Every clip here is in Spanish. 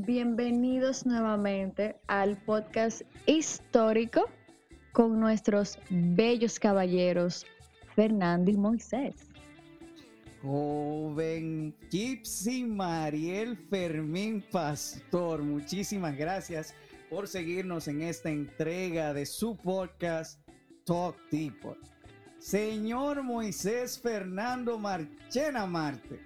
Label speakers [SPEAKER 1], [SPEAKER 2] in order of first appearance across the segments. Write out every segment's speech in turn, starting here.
[SPEAKER 1] Bienvenidos nuevamente al podcast histórico con nuestros bellos caballeros Fernando y Moisés.
[SPEAKER 2] Joven Gypsy Mariel Fermín Pastor, muchísimas gracias por seguirnos en esta entrega de su podcast Talk Depot. Señor Moisés Fernando Marchena Marte.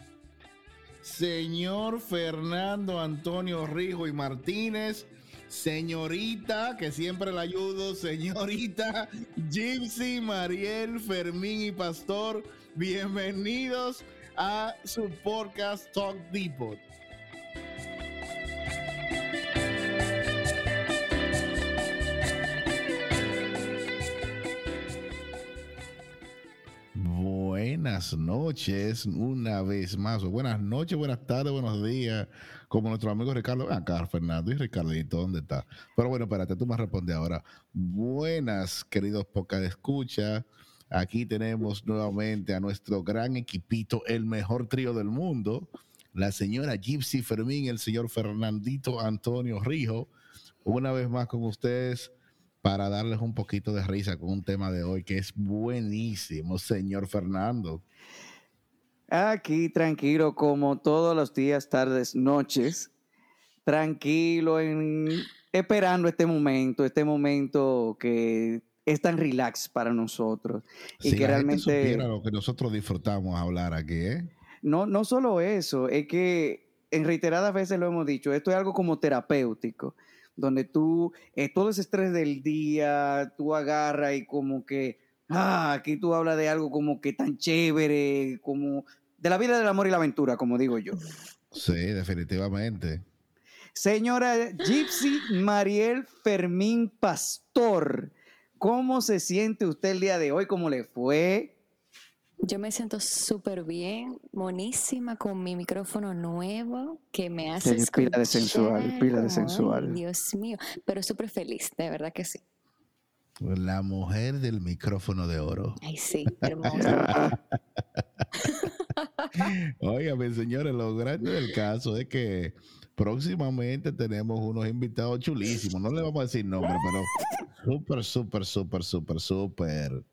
[SPEAKER 3] Señor Fernando Antonio Rijo y Martínez. Señorita, que siempre la ayudo, señorita Gypsy, Mariel, Fermín y Pastor, bienvenidos a su podcast Talk Depot. Buenas noches, una vez más. Buenas noches, buenas tardes, buenos días. Como nuestro amigo Ricardo, ven acá, Fernando y Ricardito, ¿dónde está? Pero bueno, espérate, tú me respondes ahora. Buenas, queridos Poca de Escucha. Aquí tenemos nuevamente a nuestro gran equipito, el mejor trío del mundo, la señora Gypsy Fermín, el señor Fernandito Antonio Rijo. Una vez más con ustedes para darles un poquito de risa con un tema de hoy que es buenísimo, señor Fernando.
[SPEAKER 2] Aquí tranquilo, como todos los días, tardes, noches, tranquilo, en, esperando este momento, este momento que es tan relax para nosotros.
[SPEAKER 3] Y si que la realmente... Gente supiera lo que nosotros disfrutamos hablar aquí, ¿eh?
[SPEAKER 2] No, no solo eso, es que en reiteradas veces lo hemos dicho, esto es algo como terapéutico donde tú, eh, todo ese estrés del día, tú agarras y como que, ah, aquí tú hablas de algo como que tan chévere, como de la vida del amor y la aventura, como digo yo.
[SPEAKER 3] Sí, definitivamente.
[SPEAKER 2] Señora Gypsy Mariel Fermín Pastor, ¿cómo se siente usted el día de hoy? ¿Cómo le fue?
[SPEAKER 1] Yo me siento súper bien, monísima, con mi micrófono nuevo que me hace.
[SPEAKER 2] Sí, pila de sensual, pila de sensual.
[SPEAKER 1] Dios mío, pero súper feliz, de verdad que sí.
[SPEAKER 3] La mujer del micrófono de oro.
[SPEAKER 1] Ay, sí, hermosa.
[SPEAKER 3] Óigame, señores, lo grande del caso es que próximamente tenemos unos invitados chulísimos. No le vamos a decir nombre, pero súper, súper, súper, súper, súper.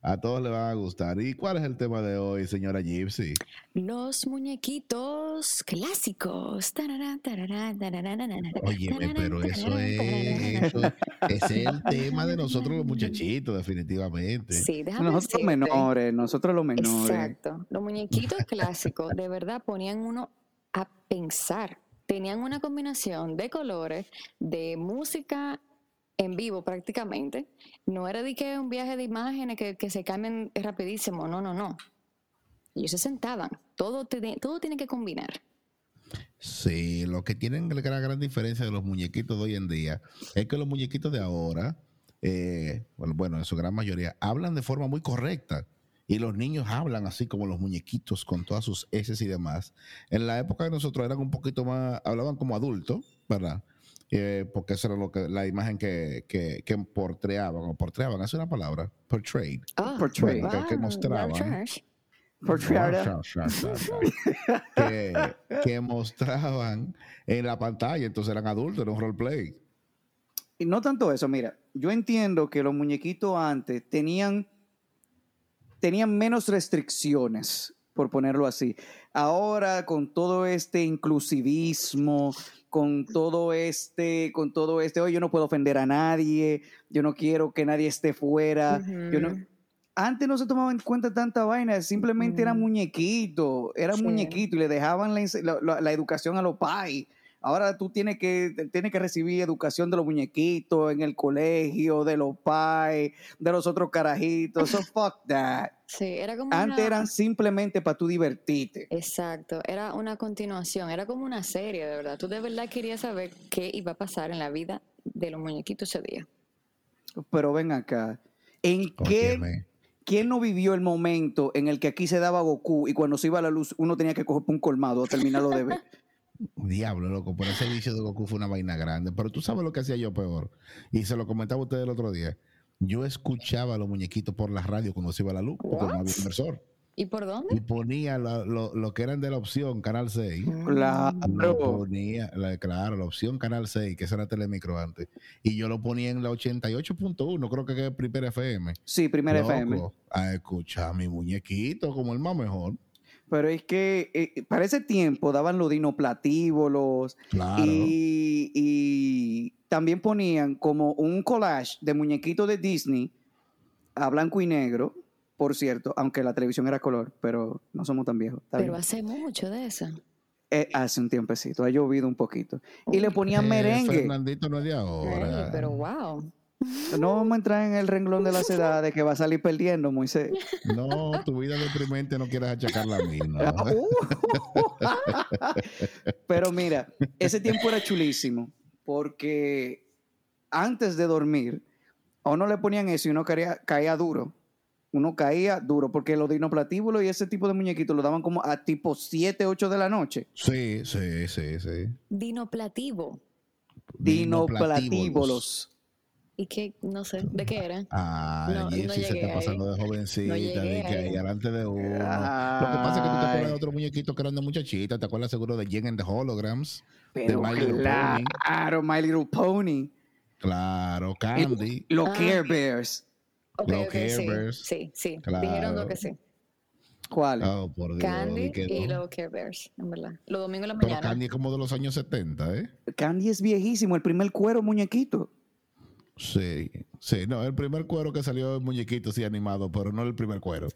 [SPEAKER 3] A todos les van a gustar. ¿Y cuál es el tema de hoy, señora Gypsy?
[SPEAKER 1] Los muñequitos clásicos. Tarará, tarará, tarará,
[SPEAKER 3] Oye, pero eso es, eso es el tema de nosotros los muchachitos, definitivamente.
[SPEAKER 1] Sí,
[SPEAKER 2] déjame nosotros los menores, nosotros los menores.
[SPEAKER 1] Exacto. Los muñequitos clásicos, de verdad, ponían uno a pensar. Tenían una combinación de colores, de música en vivo prácticamente. No era de que un viaje de imágenes que, que se cambien rapidísimo, no, no, no. Ellos se sentaban, todo, te, todo tiene que combinar.
[SPEAKER 3] Sí, lo que tienen la gran, gran, diferencia de los muñequitos de hoy en día es que los muñequitos de ahora, eh, bueno, en su gran mayoría, hablan de forma muy correcta. Y los niños hablan así como los muñequitos con todas sus heces y demás. En la época de nosotros eran un poquito más, hablaban como adultos, ¿verdad? Eh, porque esa era lo que, la imagen que, que, que portreaban, o portreaban, es una palabra, portrayed.
[SPEAKER 1] Ah,
[SPEAKER 3] portrayed. Bueno, que, que, mostraban.
[SPEAKER 2] Portrayed.
[SPEAKER 3] que, que, mostraban en la pantalla, entonces eran adultos, era un roleplay.
[SPEAKER 2] Y no tanto eso, mira, yo entiendo que los muñequitos antes tenían, tenían menos restricciones, por ponerlo así. Ahora, con todo este inclusivismo, con todo este, con todo este, hoy oh, yo no puedo ofender a nadie, yo no quiero que nadie esté fuera, uh -huh. yo no. Antes no se tomaba en cuenta tanta vaina, simplemente uh -huh. era muñequito, era sí. muñequito y le dejaban la, la, la educación a los pais. Ahora tú tienes que, tienes que recibir educación de los muñequitos en el colegio, de los pais, de los otros carajitos. So fuck that.
[SPEAKER 1] Sí, era como
[SPEAKER 2] Antes
[SPEAKER 1] una...
[SPEAKER 2] eran simplemente para tú divertirte.
[SPEAKER 1] Exacto, era una continuación, era como una serie, de verdad. Tú de verdad querías saber qué iba a pasar en la vida de los muñequitos ese día.
[SPEAKER 2] Pero ven acá, ¿en Óyeme. qué... ¿Quién no vivió el momento en el que aquí se daba Goku y cuando se iba la luz uno tenía que coger un colmado o terminarlo de ver?
[SPEAKER 3] Diablo, loco, por ese vicio de Goku fue una vaina grande. Pero tú sabes lo que hacía yo peor. Y se lo comentaba a ustedes el otro día. Yo escuchaba a los muñequitos por la radio cuando se iba la luz, porque no había inversor.
[SPEAKER 1] ¿Y por dónde?
[SPEAKER 3] Y ponía la- lo, lo que eran de la opción Canal 6.
[SPEAKER 1] Mm,
[SPEAKER 3] Lo
[SPEAKER 2] Claro.
[SPEAKER 3] ponía, la, claro, la opción Canal 6, que esa era Telemicro antes. Y yo lo ponía en la 88.1, creo que es Primera FM.
[SPEAKER 2] Sí, primera
[SPEAKER 3] Loco,
[SPEAKER 2] FM.
[SPEAKER 3] A escuchar a mi muñequito como el más mejor.
[SPEAKER 2] Pero es que eh, para ese tiempo daban los dinoplatíbolos
[SPEAKER 3] Claro.
[SPEAKER 2] y, y también ponían como un collage de muñequitos de Disney a blanco y negro, por cierto, aunque la televisión era color, pero no somos tan viejos. está
[SPEAKER 1] Pero
[SPEAKER 2] bien.
[SPEAKER 1] hace mucho de eso.
[SPEAKER 2] Eh, hace un tiempecito, ha llovido un poquito. Y le
[SPEAKER 3] Eh,
[SPEAKER 2] ponían merengue.
[SPEAKER 3] Fernandito no es de ahora.
[SPEAKER 1] Ey, pero wow.
[SPEAKER 2] No vamos a entrar en el renglón de las edades que va a salir perdiendo, Moisés.
[SPEAKER 3] No, tu vida deprimente no quieras achacarla a mí. no.
[SPEAKER 2] Ah, uh. Pero mira, ese tiempo era chulísimo porque antes de dormir a uno le ponían eso y uno caía, caía duro. Uno caía duro porque los dinoplatíbulos y ese tipo de muñequitos lo daban como a tipo 7, 8 de la noche.
[SPEAKER 3] Sí, sí, sí, sí.
[SPEAKER 1] Dinoplativo.
[SPEAKER 2] Dinoplatíbulos.
[SPEAKER 1] ¿Y qué? No sé, ¿de qué era?
[SPEAKER 3] Ah,
[SPEAKER 1] No,
[SPEAKER 3] Gipsy
[SPEAKER 1] no
[SPEAKER 3] se
[SPEAKER 1] llegué
[SPEAKER 3] está pasando de jovencita,
[SPEAKER 1] No llegué
[SPEAKER 3] de que
[SPEAKER 1] ahí.
[SPEAKER 3] ahí delante de uno. Oh, Lo que pasa es que tú te pones otro muñequito que era una muchachita, ¿te acuerdas seguro de Jen and the Holograms?
[SPEAKER 2] Pero
[SPEAKER 3] de My Little
[SPEAKER 2] claro, My Little Pony.
[SPEAKER 3] Claro, Candy.
[SPEAKER 2] Los
[SPEAKER 1] Ah.
[SPEAKER 2] Care Bears.
[SPEAKER 1] Ok,
[SPEAKER 3] Los
[SPEAKER 1] ok,
[SPEAKER 3] Care
[SPEAKER 1] sí,
[SPEAKER 3] Bears.
[SPEAKER 1] sí, sí.
[SPEAKER 3] Claro.
[SPEAKER 1] Dijeron lo que sí.
[SPEAKER 2] ¿Cuál?
[SPEAKER 3] Oh, por Dios.
[SPEAKER 1] Candy
[SPEAKER 3] y que
[SPEAKER 1] y
[SPEAKER 3] no.
[SPEAKER 1] los Care Bears, en verdad. Los domingos en la
[SPEAKER 3] Pero
[SPEAKER 1] mañana.
[SPEAKER 3] Candy es como de los años 70, ¿eh?
[SPEAKER 2] Candy es viejísimo, el primer cuero muñequito.
[SPEAKER 3] Sí, sí, no, el primer cuero que salió el muñequito, sí, animado, pero no el primer cuero.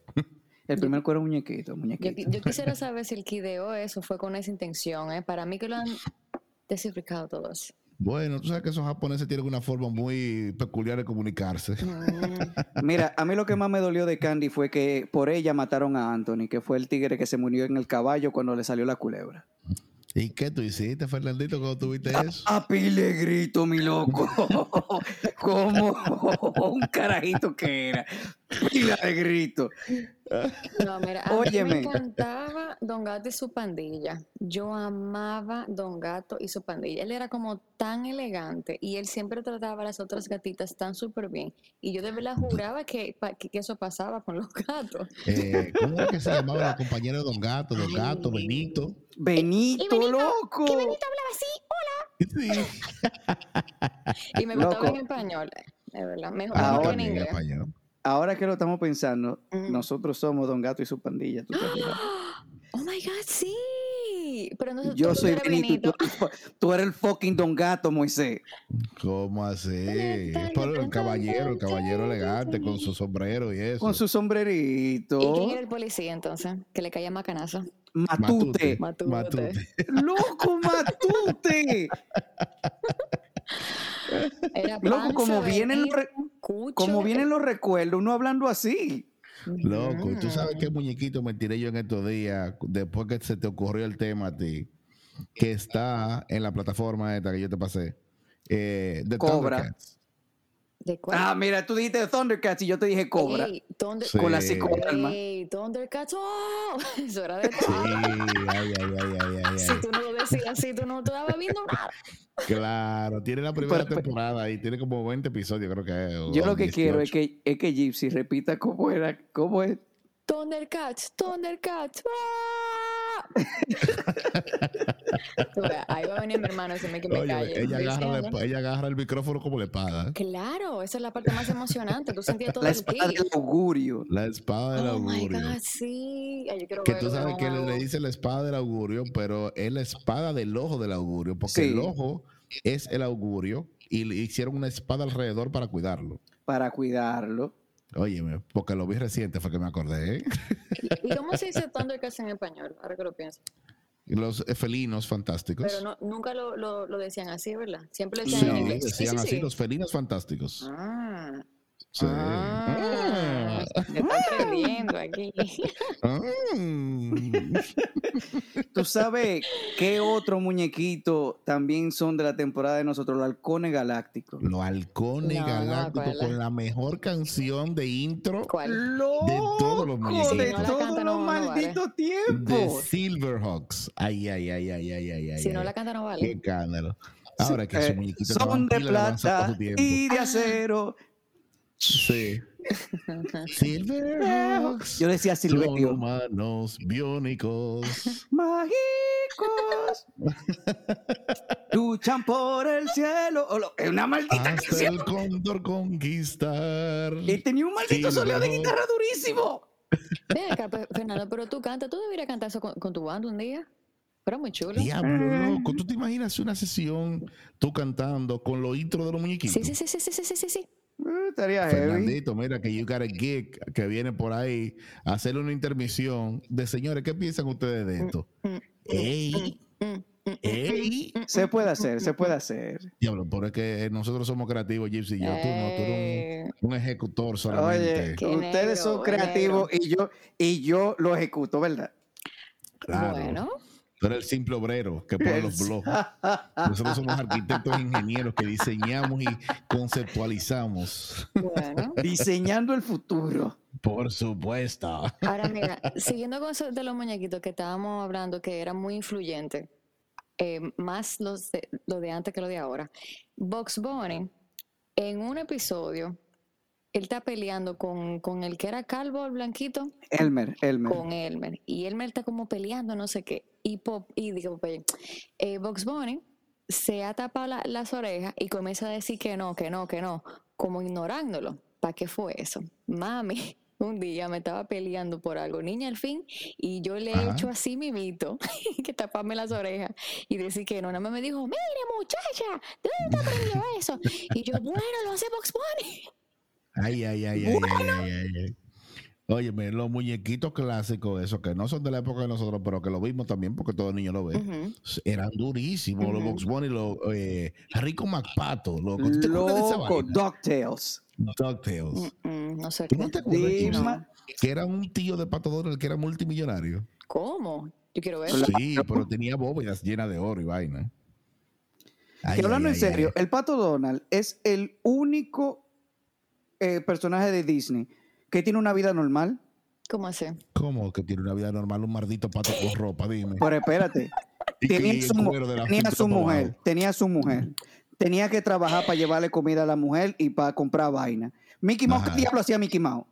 [SPEAKER 2] El primer cuero muñequito,
[SPEAKER 1] Yo,
[SPEAKER 2] muñequito.
[SPEAKER 1] qui- yo quisiera saber si el que ideó eso fue con esa intención, ¿eh? Para mí que lo han descifrado todos.
[SPEAKER 3] Bueno, tú sabes que esos japoneses tienen una forma muy peculiar de comunicarse.
[SPEAKER 1] Mm,
[SPEAKER 2] Mira, a mí lo que más me dolió de Candy fue que por ella mataron a Anthony, que fue el tigre que se murió en el caballo cuando le salió la culebra.
[SPEAKER 3] ¿Y qué tú hiciste, Fernandito, cuando tuviste eso?
[SPEAKER 2] A pile grito, mi loco. Como un carajito que era. Pila de grito.
[SPEAKER 1] No, mira, a mí me
[SPEAKER 2] Óyeme.
[SPEAKER 1] encantaba Don Gato y su pandilla. Yo amaba Don Gato y su pandilla. Él era como tan elegante y él siempre trataba a las otras gatitas tan súper bien. Y yo de verdad juraba que, pa- que que eso pasaba con los gatos.
[SPEAKER 3] Eh, ¿Cómo era que se llamaba la compañera de Don Gato, Don Gato,
[SPEAKER 1] Ay.
[SPEAKER 3] Benito?
[SPEAKER 2] Benito,
[SPEAKER 1] Y Benito,
[SPEAKER 2] loco.
[SPEAKER 1] que Benito hablaba así
[SPEAKER 3] Sí.
[SPEAKER 1] y me gustaba
[SPEAKER 2] Loco.
[SPEAKER 1] en español, de verdad, mejor,
[SPEAKER 2] Ahora-
[SPEAKER 1] mejor que en
[SPEAKER 3] también era
[SPEAKER 1] inglés.
[SPEAKER 3] español.
[SPEAKER 2] Ahora que lo estamos pensando,
[SPEAKER 1] Mm.
[SPEAKER 2] nosotros somos Don Gato y su pandilla. ¿tú te fijas?
[SPEAKER 1] Oh my God, sí. Pero entonces
[SPEAKER 2] Yo
[SPEAKER 1] tú
[SPEAKER 2] soy
[SPEAKER 1] eres
[SPEAKER 2] Benito y tú, eres el fu- tú eres el fucking Don Gato, Moisés.
[SPEAKER 3] ¿Cómo así? Pero el caballero, el caballero elegante con su sombrero y eso.
[SPEAKER 2] Con su sombrerito.
[SPEAKER 1] ¿Y quién era el policía entonces? Que le caía macanazo.
[SPEAKER 2] Matute.
[SPEAKER 1] Matute.
[SPEAKER 2] Loco, matute.
[SPEAKER 1] Era
[SPEAKER 2] Loco,
[SPEAKER 1] Panza,
[SPEAKER 2] como vienen
[SPEAKER 1] Benito,
[SPEAKER 2] re-
[SPEAKER 1] Cucho,
[SPEAKER 2] Como
[SPEAKER 1] eh,
[SPEAKER 2] vienen los recuerdos, uno hablando así.
[SPEAKER 3] Loco, ¿y tú
[SPEAKER 1] ujú.
[SPEAKER 3] sabes qué muñequito me tiré yo en estos días después que se te ocurrió el tema a ti? Que está en la plataforma esta que yo te pasé. Eh, de
[SPEAKER 2] Cobra.
[SPEAKER 3] Thundercats.
[SPEAKER 1] ¿De cuál?
[SPEAKER 2] Ah, mira, tú dijiste Thundercats y yo te dije Cobra.
[SPEAKER 1] Ey, Thunder-
[SPEAKER 3] Sí.
[SPEAKER 2] Con la
[SPEAKER 3] Sí.
[SPEAKER 2] psicoalma.
[SPEAKER 1] Ey, Thundercats. oh, Eso era de
[SPEAKER 3] Sí, ay, ay, ay, ay, ay,
[SPEAKER 1] Si
[SPEAKER 3] ay.
[SPEAKER 1] tú no lo decías así, tú no te estabas viendo nada.
[SPEAKER 3] Claro, tiene la primera
[SPEAKER 2] Pero- pero-
[SPEAKER 3] temporada y tiene como 20 episodios, creo que. o
[SPEAKER 2] Yo lo que quiero es
[SPEAKER 3] 18.
[SPEAKER 2] que, es que Gypsy repita cómo era, cómo es.
[SPEAKER 1] Thundercats, Thundercats. ah. Tú veas, Ahí va a venir mi hermano, se me que me
[SPEAKER 3] Oye,
[SPEAKER 1] calle.
[SPEAKER 3] ella, agarra la
[SPEAKER 1] Diciendo.
[SPEAKER 3] esp- ella agarra el micrófono como la espada.
[SPEAKER 1] Claro, esa es la parte más emocionante. Tú sentías todo
[SPEAKER 2] La
[SPEAKER 1] el
[SPEAKER 2] espada
[SPEAKER 1] ti.
[SPEAKER 2] del augurio.
[SPEAKER 3] La espada del
[SPEAKER 1] Oh my
[SPEAKER 3] augurio.
[SPEAKER 1] God, sí. Ay, yo quiero
[SPEAKER 3] Que
[SPEAKER 1] verlo,
[SPEAKER 3] tú sabes
[SPEAKER 1] no,
[SPEAKER 3] que le,
[SPEAKER 1] no.
[SPEAKER 3] le dice la espada del augurio, pero es la espada del ojo del augurio, porque
[SPEAKER 2] Sí.
[SPEAKER 3] el ojo es el augurio y le hicieron una espada alrededor para cuidarlo.
[SPEAKER 2] Para cuidarlo.
[SPEAKER 3] Óyeme, porque lo vi reciente, fue que me acordé. ¿eh?
[SPEAKER 1] ¿Y cómo se dice Thundercats en español? Ahora que lo pienso.
[SPEAKER 3] Los eh, felinos fantásticos.
[SPEAKER 1] Pero no, nunca lo, lo, lo decían así, ¿verdad? Siempre lo
[SPEAKER 3] Sí,
[SPEAKER 1] decían en inglés. Sí,
[SPEAKER 3] decían
[SPEAKER 1] sí,
[SPEAKER 3] así,
[SPEAKER 1] sí.
[SPEAKER 3] los felinos fantásticos.
[SPEAKER 1] Ah,
[SPEAKER 3] Sí.
[SPEAKER 1] Ah.
[SPEAKER 3] Ah.
[SPEAKER 1] se está aprendiendo aquí.
[SPEAKER 3] Mm.
[SPEAKER 2] ¿Tú sabes qué otro muñequito también son de la temporada de nosotros? Los halcones galácticos.
[SPEAKER 3] Los halcones
[SPEAKER 1] No, no me
[SPEAKER 3] galácticos
[SPEAKER 1] acuerdo.
[SPEAKER 3] con la mejor canción de intro
[SPEAKER 1] ¿Cuál?
[SPEAKER 2] ¡Loco!
[SPEAKER 3] De todos los muñequitos.
[SPEAKER 2] De
[SPEAKER 1] Si no la
[SPEAKER 2] todos
[SPEAKER 1] canta,
[SPEAKER 2] los
[SPEAKER 1] no- no vale.
[SPEAKER 2] malditos
[SPEAKER 3] de
[SPEAKER 2] tiempos.
[SPEAKER 3] Silverhawks. Ay, ay, ay, ay, ay, ay, ay.
[SPEAKER 1] Si no
[SPEAKER 3] ay.
[SPEAKER 1] la canta, no vale.
[SPEAKER 3] Qué cándalo. Ahora que
[SPEAKER 2] Eh,
[SPEAKER 3] esos muñequitos
[SPEAKER 2] son
[SPEAKER 3] estaban
[SPEAKER 2] de
[SPEAKER 3] pila avanzados para
[SPEAKER 2] plata
[SPEAKER 3] su tiempo.
[SPEAKER 2] y de acero.
[SPEAKER 3] Sí. Silverhawks.
[SPEAKER 2] Yo decía
[SPEAKER 3] Son
[SPEAKER 2] Silverio.
[SPEAKER 3] humanos biónicos.
[SPEAKER 2] Mágicos. Luchan por el cielo. Oh, lo- Es una maldita
[SPEAKER 3] Hasta
[SPEAKER 2] canción.
[SPEAKER 3] el cóndor conquistar.
[SPEAKER 2] Y tenía un maldito
[SPEAKER 3] Sí,
[SPEAKER 2] soleo de
[SPEAKER 3] luego-
[SPEAKER 2] guitarra durísimo.
[SPEAKER 1] Ven acá, pues, Fernando, pero tú cantas, tú deberías cantar eso con, con tu banda un día. Pero muy chulo. Ah.
[SPEAKER 3] Diablo, loco. ¿Tú te imaginas una sesión tú cantando con los intros de los muñequitos?
[SPEAKER 1] Sí, sí, sí, sí, sí, sí, sí, sí.
[SPEAKER 2] Eh, Estaría heavy.
[SPEAKER 3] Fernandito, mira que you got a gig que viene por ahí a hacerle una intermisión de señores, ¿qué piensan ustedes de esto?
[SPEAKER 1] Mm,
[SPEAKER 3] ¡Ey!
[SPEAKER 1] mm, mm,
[SPEAKER 3] ¡Ey!
[SPEAKER 2] Se puede hacer, se puede hacer.
[SPEAKER 3] Diablo, pero es que nosotros somos creativos, Gypsy y yo. Tú no, tú eres
[SPEAKER 1] Eh,
[SPEAKER 3] un, un ejecutor
[SPEAKER 2] Oye,
[SPEAKER 3] solamente.
[SPEAKER 1] Qué
[SPEAKER 2] ustedes son
[SPEAKER 1] negro,
[SPEAKER 2] creativos y yo, y yo lo ejecuto, ¿verdad?
[SPEAKER 3] claro.
[SPEAKER 1] Bueno,
[SPEAKER 3] Tú eres el simple obrero que pone los blogs. Nosotros somos arquitectos e ingenieros que diseñamos y conceptualizamos.
[SPEAKER 1] bueno.
[SPEAKER 2] Diseñando el futuro.
[SPEAKER 3] Por supuesto.
[SPEAKER 1] Ahora mira, siguiendo con eso de los muñequitos que estábamos hablando, que era muy influyente, eh, más los de, lo de antes que lo de ahora. Box Bunny, en un episodio, él está peleando con, con el que era calvo, el blanquito,
[SPEAKER 2] Elmer, Elmer.
[SPEAKER 1] con Elmer. Y Elmer está como peleando, no sé qué. Y, Pop, y digo, pues, eh, Box Bunny se ha tapado la- las orejas y comienza a decir que no, que no, que no, como ignorándolo. ¿Para qué fue eso? Mami, un día me estaba peleando por algo, niña al fin, y yo le he
[SPEAKER 3] Ajá.
[SPEAKER 1] hecho así mi mito, que taparme las orejas y decir que no. Nada más me dijo, mire muchacha, ¿de dónde te aprendió eso? Y yo, bueno, lo hace Box Bunny.
[SPEAKER 3] Ay, ay, ay, ay, ay, ay, ay, ay. Óyeme, los muñequitos clásicos, esos que no son de la época de nosotros, pero que lo vimos también porque todo niño lo ve,
[SPEAKER 1] Ujú.
[SPEAKER 3] eran durísimos. Los
[SPEAKER 1] Ujú.
[SPEAKER 3] Box Bunny, los eh, Rico MacPato, loco. ¿Tú te acuerdas de esa
[SPEAKER 2] Loco,
[SPEAKER 3] vaina?
[SPEAKER 2] DuckTales.
[SPEAKER 3] DuckTales.
[SPEAKER 1] Mm, mm, no sé
[SPEAKER 3] ¿Tú
[SPEAKER 1] qué.
[SPEAKER 3] no te acuerdas, Chipsy,
[SPEAKER 2] Dima-
[SPEAKER 3] Que era un tío de Pato Donald que era multimillonario.
[SPEAKER 1] ¿Cómo? Yo quiero ver.
[SPEAKER 2] Claro.
[SPEAKER 3] Sí, pero tenía bóvedas llenas de oro y vaina. Ay,
[SPEAKER 2] Que hablando en
[SPEAKER 3] ay, ay,
[SPEAKER 2] serio,
[SPEAKER 3] ay.
[SPEAKER 2] el Pato Donald es el único eh, personaje de Disney que tiene una vida normal.
[SPEAKER 1] ¿Cómo así?
[SPEAKER 3] ¿Cómo que tiene una vida normal un maldito pato con ropa? Dime.
[SPEAKER 2] Pero espérate,
[SPEAKER 3] Y que
[SPEAKER 2] tenía
[SPEAKER 3] el
[SPEAKER 2] su, mu-
[SPEAKER 3] cuero de la
[SPEAKER 2] tenía
[SPEAKER 3] cintura
[SPEAKER 2] su
[SPEAKER 3] para
[SPEAKER 2] mujer,
[SPEAKER 3] abajo.
[SPEAKER 2] tenía su mujer. Tenía que trabajar para llevarle comida a la mujer y para comprar vaina. Mickey Mouse,
[SPEAKER 3] Ajá.
[SPEAKER 2] ¿qué diablo hacía Mickey Mouse?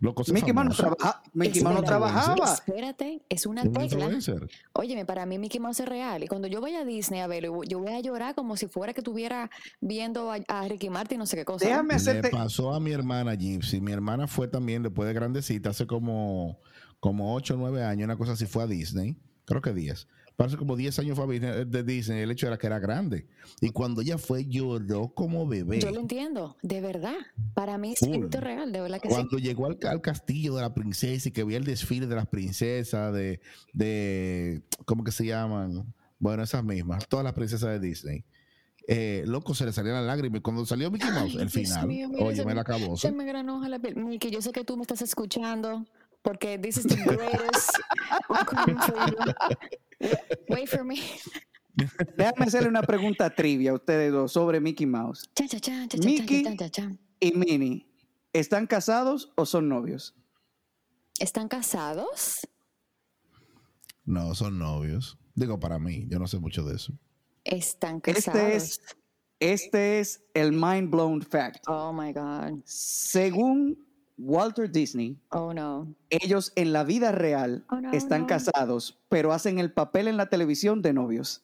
[SPEAKER 3] Loco, ese
[SPEAKER 2] Mickey Mouse no,
[SPEAKER 3] famoso.
[SPEAKER 2] trabaja, Mickey Mouse no
[SPEAKER 1] Espérate,
[SPEAKER 2] trabajaba.
[SPEAKER 1] Espérate, es una
[SPEAKER 3] Un
[SPEAKER 1] tecla.
[SPEAKER 3] influencer.
[SPEAKER 1] Óyeme, para mí Mickey Mouse es real. Y cuando yo vaya a Disney a verlo, yo voy a llorar como si fuera que estuviera viendo a, a Ricky Martin, no sé qué cosa.
[SPEAKER 2] Déjame
[SPEAKER 3] Le
[SPEAKER 2] hacerte.
[SPEAKER 3] pasó a mi hermana Gypsy. Mi hermana fue también después de grandecita, hace como, como 8 o 9 años, una cosa así, fue a Disney. Creo que 10. Parece como 10 años fue a Disney, eh, de Disney. El hecho era que era grande. Y cuando ella fue, lloró como bebé.
[SPEAKER 1] Yo lo entiendo, de verdad. Para mí es
[SPEAKER 3] Full.
[SPEAKER 1] esto es real, de verdad que sí.
[SPEAKER 3] Cuando llegó al, al castillo de la princesa y que vio el desfile de las princesas, de, de ¿cómo que se llaman? Bueno, esas mismas, todas las princesas de Disney. Eh, loco, se le salían las lágrimas. Y Cuando salió Mickey Mouse, el
[SPEAKER 1] Dios
[SPEAKER 3] final,
[SPEAKER 1] mío, mira,
[SPEAKER 3] oye,
[SPEAKER 1] se
[SPEAKER 3] me
[SPEAKER 1] me-
[SPEAKER 3] la acabó.
[SPEAKER 1] Se me granoja la piel. Mickey, yo sé que tú me estás escuchando porque this is the greatest recording for you. Wait for me.
[SPEAKER 2] Déjame hacerle una pregunta trivia a ustedes dos sobre Mickey Mouse.
[SPEAKER 1] Chan, chan, chan, chan, chan,
[SPEAKER 2] Mickey.
[SPEAKER 1] chan, chan, chan.
[SPEAKER 2] Y Minnie, ¿están casados o son novios?
[SPEAKER 1] ¿Están casados?
[SPEAKER 3] No, son novios. Digo, para mí, yo no sé mucho de eso.
[SPEAKER 1] Están casados.
[SPEAKER 2] Este es, este es el mind blown fact.
[SPEAKER 1] Oh my God.
[SPEAKER 2] Según Walter Disney,
[SPEAKER 1] Oh no.
[SPEAKER 2] ellos en la vida real
[SPEAKER 1] Oh, no,
[SPEAKER 2] están
[SPEAKER 1] no.
[SPEAKER 2] casados, pero hacen el papel en la televisión de novios.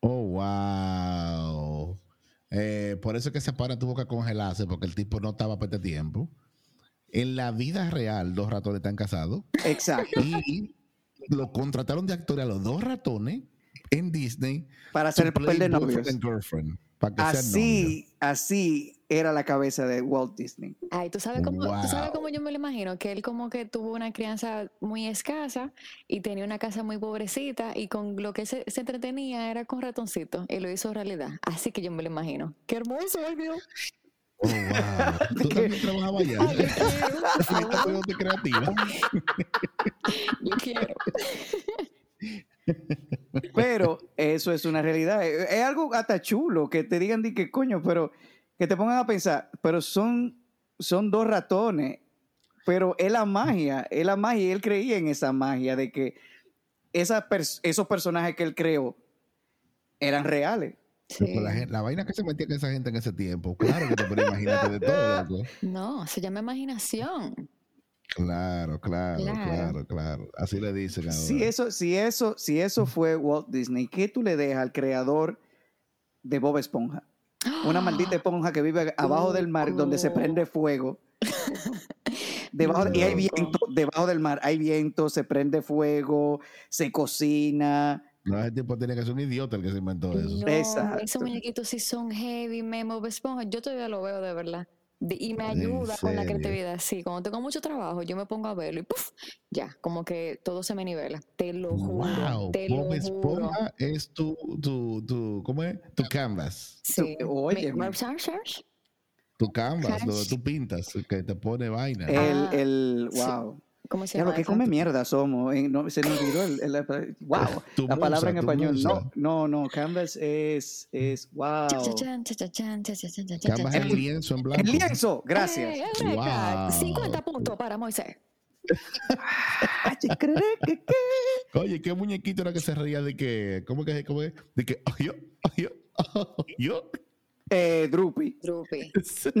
[SPEAKER 3] Oh, wow. Eh, por eso es que se para tuvo que congelarse, porque el tipo no estaba para este tiempo. En la vida real, dos ratones están casados.
[SPEAKER 2] Exacto.
[SPEAKER 3] y lo contrataron de actor a los dos ratones en Disney
[SPEAKER 2] Para hacer el Ah,
[SPEAKER 3] to
[SPEAKER 2] papel de
[SPEAKER 3] play boyfriend
[SPEAKER 2] novios.
[SPEAKER 3] and girlfriend, para que sean novios.
[SPEAKER 2] Así, así era la cabeza de Walt Disney.
[SPEAKER 1] Ay, tú sabes cómo, tú sabes
[SPEAKER 3] Wow.
[SPEAKER 1] cómo yo me lo imagino, que él como que tuvo una crianza muy escasa y tenía una casa muy pobrecita y con lo que se, se entretenía era con ratoncitos y lo hizo realidad. Así que yo me lo imagino. Qué hermoso, ay, Dios.
[SPEAKER 3] Oh, wow. Tú también trabajabas allá.
[SPEAKER 1] Ay, yo quiero, por
[SPEAKER 3] Fuiste
[SPEAKER 1] favor,
[SPEAKER 3] bastante creativa.
[SPEAKER 1] yo quiero.
[SPEAKER 2] Pero eso es una realidad. Eh, Es es algo hasta chulo que te digan de que coño, pero que te pongan a pensar, pero son, son dos ratones. Pero es la magia, es la magia. y Él creía en esa magia de que esas pers- esos personajes que él creó eran reales.
[SPEAKER 1] Sí.
[SPEAKER 3] Con La, gen- la vaina que se metía con esa gente en ese tiempo. Claro que te podías imaginarte de todo, loco.
[SPEAKER 1] No, se llama imaginación.
[SPEAKER 3] Claro, claro,
[SPEAKER 1] Claro.
[SPEAKER 3] claro, claro. Así le dicen ahora.
[SPEAKER 2] Si eso, si eso, si eso fue Walt Disney, ¿qué tú le dejas al creador de Bob Esponja? Una maldita esponja que vive abajo del mar donde se
[SPEAKER 1] Loco.
[SPEAKER 2] prende fuego. Debajo, y hay
[SPEAKER 1] Loco.
[SPEAKER 2] viento, debajo del mar hay viento, se prende fuego, se cocina.
[SPEAKER 3] No, ese tipo tenía que ser un idiota el que se inventó eso.
[SPEAKER 1] No,
[SPEAKER 2] Exacto.
[SPEAKER 1] esos muñequitos sí son heavy, memo, esponja. Yo todavía lo veo de verdad. De- y me
[SPEAKER 3] ¿En
[SPEAKER 1] ayuda con la
[SPEAKER 3] serio?
[SPEAKER 1] creatividad. Sí, cuando tengo mucho trabajo, yo me pongo a verlo y ¡puf! ya, como que todo se me nivela. Te lo juro.
[SPEAKER 3] Wow,
[SPEAKER 1] te
[SPEAKER 3] Bob
[SPEAKER 1] lo juro.
[SPEAKER 3] Esponja es tu, tu, tu, ¿cómo es? Tu canvas.
[SPEAKER 1] Sí.
[SPEAKER 2] Tú- oye,
[SPEAKER 1] Me-
[SPEAKER 2] man.
[SPEAKER 1] ¿Sar, sar? Sí,
[SPEAKER 3] Tu canvas, donde
[SPEAKER 1] Cash.
[SPEAKER 3] tú pintas, que te pone vaina.
[SPEAKER 2] El,
[SPEAKER 1] Ah,
[SPEAKER 2] el,
[SPEAKER 1] sí.
[SPEAKER 2] wow.
[SPEAKER 1] ¿Cómo
[SPEAKER 2] Ya
[SPEAKER 1] se llama?
[SPEAKER 2] lo que
[SPEAKER 1] eso?
[SPEAKER 2] come mierda somos. eh, no, se nos olvidó el, el- wow.
[SPEAKER 3] Tu
[SPEAKER 2] la palabra
[SPEAKER 3] musa,
[SPEAKER 2] en
[SPEAKER 3] tu
[SPEAKER 2] español.
[SPEAKER 3] musa.
[SPEAKER 2] No, no, no. Canvas es, es wow.
[SPEAKER 1] Cha, cha, chan, cha, cha, chan, cha, cha, chan, cha, cha,
[SPEAKER 3] Canvas
[SPEAKER 1] chan. Eh,
[SPEAKER 3] es el lienzo en blanco.
[SPEAKER 2] El lienzo, gracias.
[SPEAKER 1] ¡Ey, Eureka!
[SPEAKER 3] Wow.
[SPEAKER 1] 50 puntos para Moisés.
[SPEAKER 2] Ah, che, crere, que- que-
[SPEAKER 3] Oye, qué muñequito era que se reía de que, ¿cómo que cómo es? De que, ay, yo, ay, yo, ay, yo.
[SPEAKER 2] Eh, Drupi.
[SPEAKER 1] Drupi.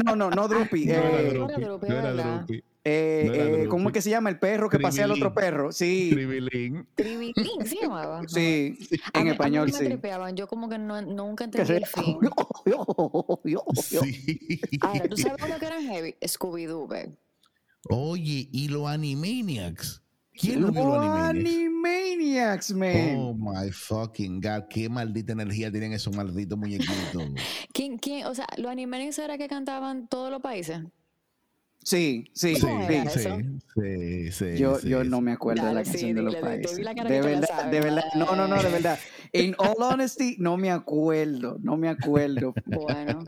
[SPEAKER 2] No, no, no Drupi.
[SPEAKER 3] No
[SPEAKER 2] eh,
[SPEAKER 3] era
[SPEAKER 1] no
[SPEAKER 3] Drupi,
[SPEAKER 1] era Drupi,
[SPEAKER 3] no era
[SPEAKER 1] ¿verdad?
[SPEAKER 3] Drupi.
[SPEAKER 2] eh,
[SPEAKER 3] no era
[SPEAKER 2] eh,
[SPEAKER 3] Drupi.
[SPEAKER 2] ¿Cómo es que se llama? El perro que pasea al otro
[SPEAKER 3] Tribilín.
[SPEAKER 2] perro. Sí,
[SPEAKER 3] Tribilín.
[SPEAKER 1] Tribilín se llamaba.
[SPEAKER 2] sí. En
[SPEAKER 1] A mí- a mí
[SPEAKER 2] español,
[SPEAKER 1] me
[SPEAKER 2] sí.
[SPEAKER 1] tripeaban, Yo como que no, nunca
[SPEAKER 2] Que
[SPEAKER 1] entendí
[SPEAKER 2] se-
[SPEAKER 1] el fin.
[SPEAKER 3] Sí.
[SPEAKER 1] Ahora, Ah, ¿tú sabes lo que eran heavy? Scooby-Doo, babe.
[SPEAKER 3] Oye, y los Animaniacs. ¿Quién
[SPEAKER 2] Los
[SPEAKER 3] no vio los Animaniacs?
[SPEAKER 2] Animaniacs, man.
[SPEAKER 3] Oh my fucking god, qué maldita energía tienen esos malditos muñequitos.
[SPEAKER 1] ¿Quién, quién? O sea, los animales era que cantaban todos los países.
[SPEAKER 2] Sí, sí, sí.
[SPEAKER 3] Sí,
[SPEAKER 1] ¿Cómo
[SPEAKER 3] sí,
[SPEAKER 1] era eso?
[SPEAKER 3] sí, sí,
[SPEAKER 2] Yo,
[SPEAKER 3] sí,
[SPEAKER 2] yo
[SPEAKER 3] sí.
[SPEAKER 2] no me acuerdo de
[SPEAKER 1] Dale,
[SPEAKER 2] la
[SPEAKER 1] sí,
[SPEAKER 2] canción de los
[SPEAKER 1] dile, dile, te
[SPEAKER 2] países.
[SPEAKER 1] vi la cara
[SPEAKER 2] de
[SPEAKER 1] que te la
[SPEAKER 2] verdad,
[SPEAKER 1] sabes.
[SPEAKER 2] de verdad. No, no, no, de verdad. In all honesty, no me acuerdo. No me acuerdo.
[SPEAKER 1] Bueno,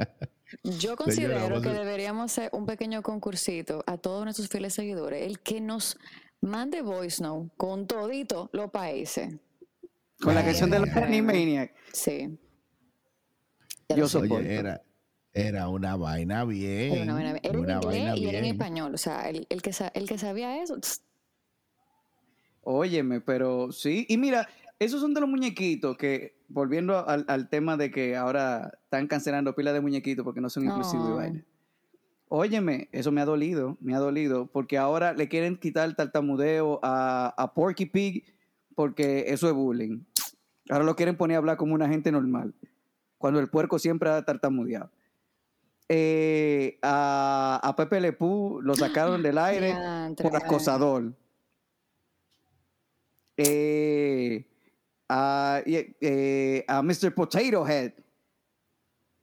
[SPEAKER 1] yo considero
[SPEAKER 3] vamos
[SPEAKER 1] que
[SPEAKER 3] a-
[SPEAKER 1] deberíamos hacer un pequeño concursito a todos nuestros fieles seguidores. El que nos mande voice note con todito los países.
[SPEAKER 2] Con la canción de los
[SPEAKER 1] Bueno.
[SPEAKER 2] Animaniacs.
[SPEAKER 1] Sí.
[SPEAKER 2] Yo
[SPEAKER 3] Oye,
[SPEAKER 2] soporto.
[SPEAKER 3] era, era una vaina bien.
[SPEAKER 1] Era una vaina- era en
[SPEAKER 3] una vaina
[SPEAKER 1] inglés y era en
[SPEAKER 3] bien.
[SPEAKER 1] español. O sea, el, el que, sa- el que sabía eso, tss,
[SPEAKER 2] Óyeme, pero sí. Y mira, esos son de los muñequitos que, volviendo al, al tema de que ahora están cancelando pilas de muñequitos porque no son inclusivos y
[SPEAKER 1] No.
[SPEAKER 2] vaina. Óyeme, eso me ha dolido, me ha dolido, porque ahora le quieren quitar el tartamudeo a, a Porky Pig porque eso es bullying. Ahora lo quieren poner a hablar como una gente normal, cuando el puerco siempre ha tartamudeado. Eh, a, a Pepe Le Pew lo sacaron del aire
[SPEAKER 1] diantre,
[SPEAKER 2] por
[SPEAKER 1] bueno.
[SPEAKER 2] acosador. Eh, a, y- eh, a Mr. Potato Head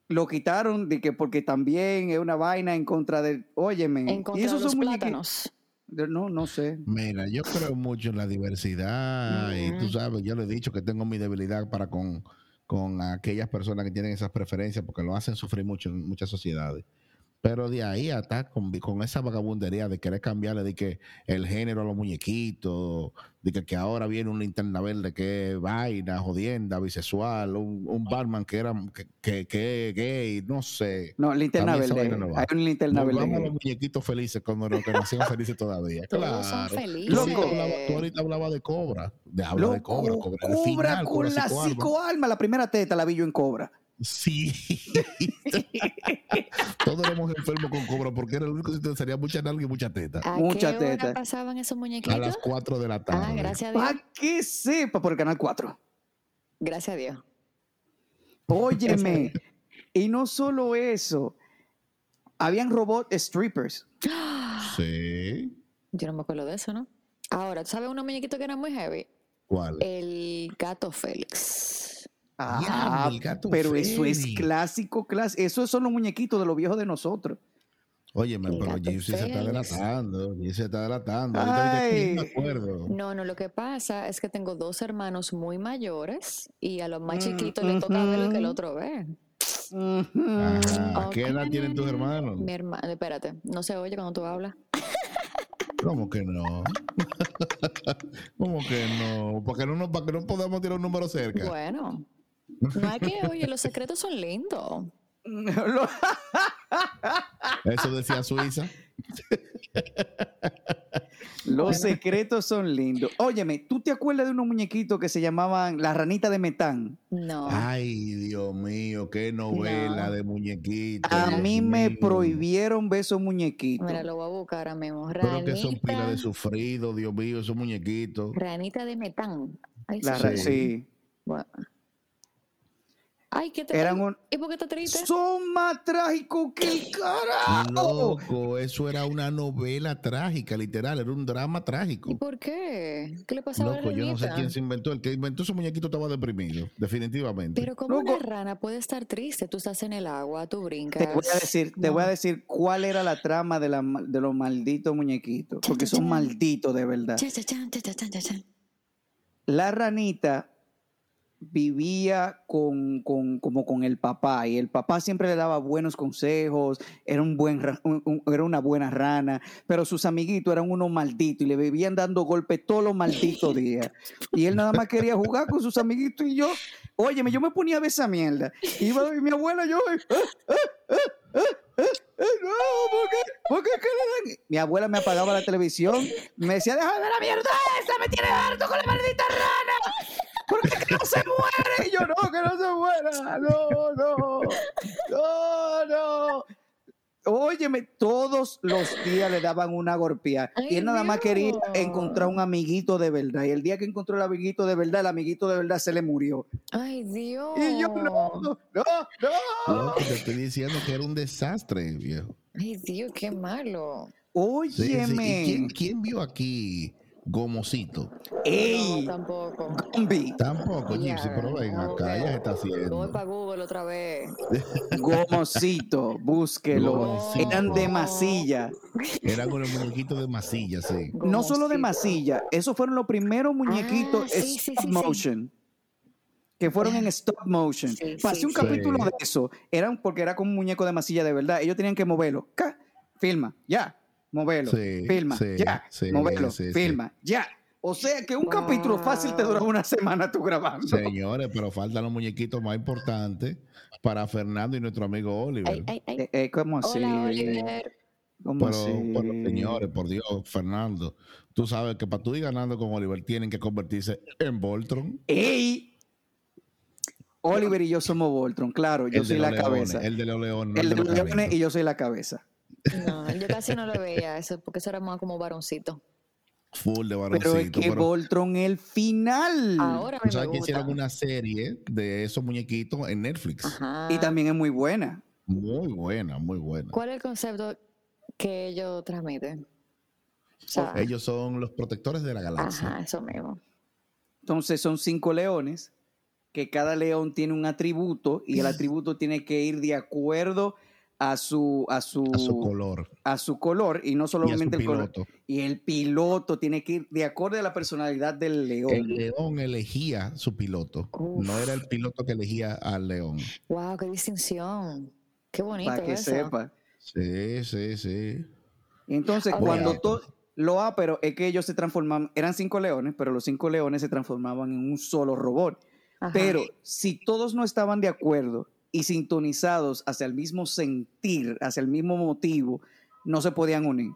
[SPEAKER 2] lo quitaron de que porque también es una vaina en contra del. Óyeme,
[SPEAKER 1] en
[SPEAKER 2] y
[SPEAKER 1] contra de
[SPEAKER 2] esos
[SPEAKER 1] los
[SPEAKER 2] son muñequi-
[SPEAKER 1] plátanos.
[SPEAKER 2] de- No, no sé.
[SPEAKER 3] Mira, yo creo mucho en la diversidad y tú
[SPEAKER 1] Ujú.
[SPEAKER 3] sabes, yo le he dicho que tengo mi debilidad para con, con aquellas personas que tienen esas preferencias porque lo hacen sufrir mucho en muchas sociedades. Pero de ahí hasta con, con esa vagabundería de querer cambiarle de que el género a los muñequitos, de que, que ahora viene un linterna verde que es vaina, jodienda, bisexual, un, un Batman que era que, que, que es gay, no sé.
[SPEAKER 2] No, linterna
[SPEAKER 3] A mí esa
[SPEAKER 2] verde.
[SPEAKER 3] vaina no va.
[SPEAKER 2] Hay una linterna
[SPEAKER 3] Volvamos a los
[SPEAKER 2] verde.
[SPEAKER 3] muñequitos felices cuando nos nacieron felices todavía.
[SPEAKER 1] Todos son
[SPEAKER 3] Claro.
[SPEAKER 1] felices.
[SPEAKER 3] Loco, tú,
[SPEAKER 2] Loco.
[SPEAKER 3] hablabas- tú ahorita hablabas de cobra, de habla de
[SPEAKER 2] Loco,
[SPEAKER 3] cobra, cobra, al final,
[SPEAKER 2] con
[SPEAKER 3] cobra
[SPEAKER 2] la
[SPEAKER 3] psicoalma.
[SPEAKER 2] psicoalma. La primera teta la vi yo en cobra.
[SPEAKER 3] Sí. Todos éramos enfermos con cobra porque era el único sitio donde salía mucha nalga y mucha teta.
[SPEAKER 1] ¿A
[SPEAKER 2] Mucha
[SPEAKER 1] qué hora
[SPEAKER 2] teta.
[SPEAKER 1] pasaban esos
[SPEAKER 3] A
[SPEAKER 1] muñequitos?
[SPEAKER 3] las 4 de la tarde.
[SPEAKER 1] Ah, gracias a Dios.
[SPEAKER 2] Para que sepa por el canal 4.
[SPEAKER 1] Gracias a Dios.
[SPEAKER 2] Óyeme. y no solo eso. Habían robot strippers.
[SPEAKER 3] Sí.
[SPEAKER 1] Yo no me acuerdo de eso, ¿no? Ahora, ¿tú sabes unos muñequitos que eran muy heavy?
[SPEAKER 3] ¿Cuál?
[SPEAKER 1] Eh, El gato Félix.
[SPEAKER 2] Ah,
[SPEAKER 3] el gato
[SPEAKER 2] pero eso es
[SPEAKER 3] Félix.
[SPEAKER 2] clásico, clásico. Esos son los muñequitos de los viejos de nosotros.
[SPEAKER 3] Óyeme,
[SPEAKER 1] El
[SPEAKER 3] pero
[SPEAKER 1] gato
[SPEAKER 3] Jesse se está
[SPEAKER 1] Félix.
[SPEAKER 3] delatando. Jesse se está delatando. Ahorita dije que ni me
[SPEAKER 2] Ay.
[SPEAKER 3] acuerdo.
[SPEAKER 1] No, no, lo que pasa es que tengo dos hermanos muy mayores y a los más
[SPEAKER 3] Mm,
[SPEAKER 1] chiquitos le toca ver lo que el
[SPEAKER 2] ujú.
[SPEAKER 1] otro ve.
[SPEAKER 2] Ujú.
[SPEAKER 3] Ajá. ¿Qué edad tienen tus
[SPEAKER 1] Ok.
[SPEAKER 3] hermanos?
[SPEAKER 1] Mi hermano, espérate, no se oye cuando tú hablas.
[SPEAKER 3] ¿Cómo que no? ¿Cómo que no? Para que no, nos- para que no podamos tirar un número cerca.
[SPEAKER 1] Bueno, no hay que, oye, los secretos son lindos.
[SPEAKER 2] Lo-
[SPEAKER 3] Eso decía Suiza.
[SPEAKER 2] Los secretos son lindos. Óyeme, ¿tú te acuerdas de unos muñequitos que se llamaban la ranita de metán?
[SPEAKER 1] No.
[SPEAKER 3] Ay, Dios mío, qué novela
[SPEAKER 1] No.
[SPEAKER 3] de muñequitos.
[SPEAKER 2] A
[SPEAKER 3] Dios
[SPEAKER 2] mí me
[SPEAKER 3] mío.
[SPEAKER 2] prohibieron ver esos muñequitos.
[SPEAKER 1] Mira, lo voy a buscar ahora mismo.
[SPEAKER 3] Pero que son pilas
[SPEAKER 1] Ranita,
[SPEAKER 3] de sufrido, Dios mío, esos muñequitos.
[SPEAKER 1] ranita de metán. Ay,
[SPEAKER 2] La
[SPEAKER 1] sí.
[SPEAKER 2] ra-
[SPEAKER 3] Sí.
[SPEAKER 2] sí.
[SPEAKER 1] Bueno. Ay, ¿qué te
[SPEAKER 2] Eran un...
[SPEAKER 1] ¿Y por qué estás triste?
[SPEAKER 2] Son más trágicos que el carajo.
[SPEAKER 3] Loco, eso era una novela trágica, literal, era un drama
[SPEAKER 1] ¿Y
[SPEAKER 3] trágico.
[SPEAKER 1] por qué? ¿Qué le pasaba a
[SPEAKER 3] Loco, yo no sé
[SPEAKER 1] Ranita?
[SPEAKER 3] quién se inventó. El que inventó esos muñequitos estaba deprimido, definitivamente.
[SPEAKER 1] Pero como una
[SPEAKER 2] Loco.
[SPEAKER 1] rana puede estar triste, tú estás en el agua, tú brincas.
[SPEAKER 2] Te voy a decir, te
[SPEAKER 1] No.
[SPEAKER 2] voy a decir cuál era la trama de, la ma- de los malditos muñequitos, porque son malditos de verdad.
[SPEAKER 1] Cha, cha, chan, cha, cha, chan, cha, chan.
[SPEAKER 2] La ranita vivía con, con- como con el papá y el papá siempre le daba buenos consejos, era, un buen, ra- un- un- era una buena rana, pero sus amiguitos eran unos malditos y le vivían dando golpes todos los malditos días. Y él nada más quería jugar con sus amiguitos y yo, óyeme, yo me ponía a ver esa mierda. Iba y mi abuela, yo, "Ah, ah, ah, ah, ah, ah, no, ¿por qué? ¿Por qué que le dan?". Mi abuela me apagaba la televisión, me decía, deja de ver la mierda esa, me tiene harto con la maldita rana. ¿Por qué que no se muere? Y yo, no, que no se muera. No, no. No, no. Óyeme, todos los días le daban una golpeada. Y
[SPEAKER 1] Ay,
[SPEAKER 2] él nada más quería
[SPEAKER 1] Dios.
[SPEAKER 2] encontrar un amiguito de verdad. Y el día que encontró el amiguito de verdad, el amiguito de verdad se le murió.
[SPEAKER 1] Ay, Dios.
[SPEAKER 2] Y yo, no, no, no.
[SPEAKER 3] Loco, te estoy diciendo que era un desastre, viejo.
[SPEAKER 1] Ay, Dios, qué malo.
[SPEAKER 3] Sí, sí. ¿Y
[SPEAKER 2] Óyeme.
[SPEAKER 3] quién, quién vio aquí Gomocito?
[SPEAKER 2] ¡Ey!
[SPEAKER 1] No, tampoco.
[SPEAKER 2] Gombi.
[SPEAKER 3] Tampoco,
[SPEAKER 1] Ya,
[SPEAKER 3] Gypsy, pero ven
[SPEAKER 1] no,
[SPEAKER 3] acá, ella se está
[SPEAKER 1] Voy
[SPEAKER 3] haciendo.
[SPEAKER 1] para Google otra vez.
[SPEAKER 2] Gomosito. Búsquelo.
[SPEAKER 3] Gomosito.
[SPEAKER 2] Eran de masilla.
[SPEAKER 3] Era con el muñequito de masilla, sí.
[SPEAKER 2] No solo de
[SPEAKER 1] Gomosito.
[SPEAKER 2] masilla, esos fueron los primeros muñequitos
[SPEAKER 1] Ah, sí, sí, sí,
[SPEAKER 2] stop
[SPEAKER 1] sí.
[SPEAKER 2] motion. Que fueron en stop motion.
[SPEAKER 1] Sí,
[SPEAKER 2] Pasé
[SPEAKER 1] sí,
[SPEAKER 2] un
[SPEAKER 1] sí.
[SPEAKER 2] capítulo
[SPEAKER 3] Sí.
[SPEAKER 2] de eso. Eran porque era con un muñeco de masilla de verdad. Ellos tenían que moverlo. Ca, Filma, ya. Moverlo.
[SPEAKER 3] Sí,
[SPEAKER 2] filma,
[SPEAKER 3] sí,
[SPEAKER 2] ya.
[SPEAKER 3] sí,
[SPEAKER 2] moverlo.
[SPEAKER 3] sí, sí.
[SPEAKER 2] filma, ya. O sea que un capítulo fácil te dura una semana tú grabando.
[SPEAKER 3] Señores, pero faltan los muñequitos más importantes para Fernando y nuestro amigo Oliver.
[SPEAKER 1] Ay, ay, ay.
[SPEAKER 2] Eh, eh, ¿Cómo así?
[SPEAKER 1] Hola, Oliver.
[SPEAKER 2] ¿Cómo
[SPEAKER 3] pero,
[SPEAKER 2] así?
[SPEAKER 3] pero, señores, por Dios, Fernando, tú sabes que para tú ir ganando con Oliver tienen que convertirse en Voltron.
[SPEAKER 2] ¡Ey! Oliver y yo somos Voltron, claro. Yo
[SPEAKER 3] el de
[SPEAKER 2] soy la
[SPEAKER 3] los leones,
[SPEAKER 2] cabeza.
[SPEAKER 3] El de los leones. no
[SPEAKER 2] El de los
[SPEAKER 3] cabritos.
[SPEAKER 2] leones y yo soy la cabeza.
[SPEAKER 1] No, yo casi no lo veía eso, porque eso era más como varoncito.
[SPEAKER 3] Full de varoncito.
[SPEAKER 2] Pero es que
[SPEAKER 3] pero
[SPEAKER 2] Voltron el final.
[SPEAKER 1] Ahora
[SPEAKER 3] tú
[SPEAKER 1] me, me
[SPEAKER 3] sabes que
[SPEAKER 1] gusta.
[SPEAKER 3] hicieron una serie de esos muñequitos en Netflix.
[SPEAKER 1] Ajá.
[SPEAKER 2] Y también es muy buena.
[SPEAKER 3] Muy buena, muy buena.
[SPEAKER 1] ¿Cuál es el concepto que ellos transmiten? O sea,
[SPEAKER 3] Ellos son los protectores de la galaxia.
[SPEAKER 1] ajá, eso mismo.
[SPEAKER 2] Entonces son cinco leones, que cada león tiene un atributo y el atributo tiene que ir de acuerdo a su, a su,
[SPEAKER 3] A
[SPEAKER 1] Uh,
[SPEAKER 3] su color.
[SPEAKER 2] a su color y no
[SPEAKER 3] Y a su
[SPEAKER 2] solamente el color.
[SPEAKER 3] piloto.
[SPEAKER 2] Y el piloto tiene que ir de acuerdo a la personalidad del
[SPEAKER 3] El
[SPEAKER 2] león.
[SPEAKER 3] león elegía su piloto.
[SPEAKER 1] Uf.
[SPEAKER 3] No era el piloto que elegía al león.
[SPEAKER 1] Wow, qué distinción. Qué bonito
[SPEAKER 2] Para que
[SPEAKER 1] eso.
[SPEAKER 2] sepa.
[SPEAKER 3] Sí, sí, sí.
[SPEAKER 2] Entonces,
[SPEAKER 1] Ok.
[SPEAKER 2] cuando
[SPEAKER 3] Bonito.
[SPEAKER 2] todo lo ah, pero es que ellos se transformaban, eran cinco leones, pero los cinco leones se transformaban en un solo robot.
[SPEAKER 1] Ajá.
[SPEAKER 2] Pero si todos no estaban de acuerdo y sintonizados hacia el mismo sentir, hacia el mismo motivo, no se podían unir.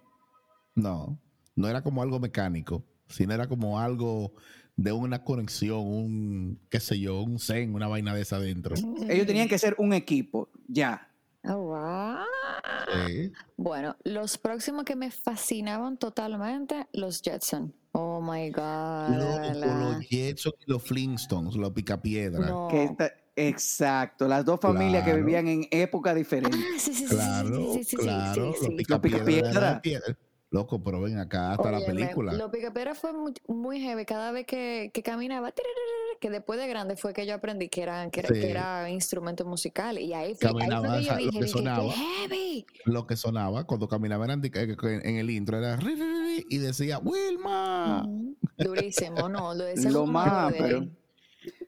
[SPEAKER 3] No, no era como algo mecánico, sino era como algo de una conexión, un, qué sé yo, un zen, una vaina de esa adentro.
[SPEAKER 2] Ellos tenían que ser un equipo, ya.
[SPEAKER 1] Ah, guau. Ah,
[SPEAKER 3] Sí.
[SPEAKER 1] Bueno, los próximos que me fascinaban totalmente, los Jetson. Oh my God.
[SPEAKER 3] Loco,
[SPEAKER 1] la-
[SPEAKER 3] los Jetson y los Flintstones, los Picapiedra.
[SPEAKER 1] No.
[SPEAKER 2] Que esta- exacto, las dos familias que
[SPEAKER 3] Claro.
[SPEAKER 2] vivían en época diferente.
[SPEAKER 1] Ah, sí, sí, sí, sí, sí,
[SPEAKER 3] Claro,
[SPEAKER 1] sí, sí, sí,
[SPEAKER 3] claro, los
[SPEAKER 1] sí, sí.
[SPEAKER 3] Picapiedra.
[SPEAKER 2] Picapiedra.
[SPEAKER 3] eran piedra. Loco, pero ven acá hasta la
[SPEAKER 1] Óyeme,
[SPEAKER 3] película.
[SPEAKER 1] Lo picapedra fue muy, muy heavy cada vez que, que caminaba, tiriririr, que después de grande fue que yo aprendí que eran que, era-
[SPEAKER 3] Sí.
[SPEAKER 1] que era instrumento musical y ahí fue, ahí fue
[SPEAKER 3] Caminaba, o
[SPEAKER 1] que yo
[SPEAKER 3] sea, lo
[SPEAKER 1] dije,
[SPEAKER 3] que
[SPEAKER 1] dije, "Qué
[SPEAKER 3] sonaba".
[SPEAKER 1] heavy.
[SPEAKER 3] Lo que sonaba cuando caminaban en, eh, en el intro era ri, ri, ri, ri, y decía Wilma.
[SPEAKER 1] Ujú. Mm, Durísimo, no, lo decía
[SPEAKER 2] Ah. Lo
[SPEAKER 1] como
[SPEAKER 2] más,
[SPEAKER 1] de-
[SPEAKER 2] pero,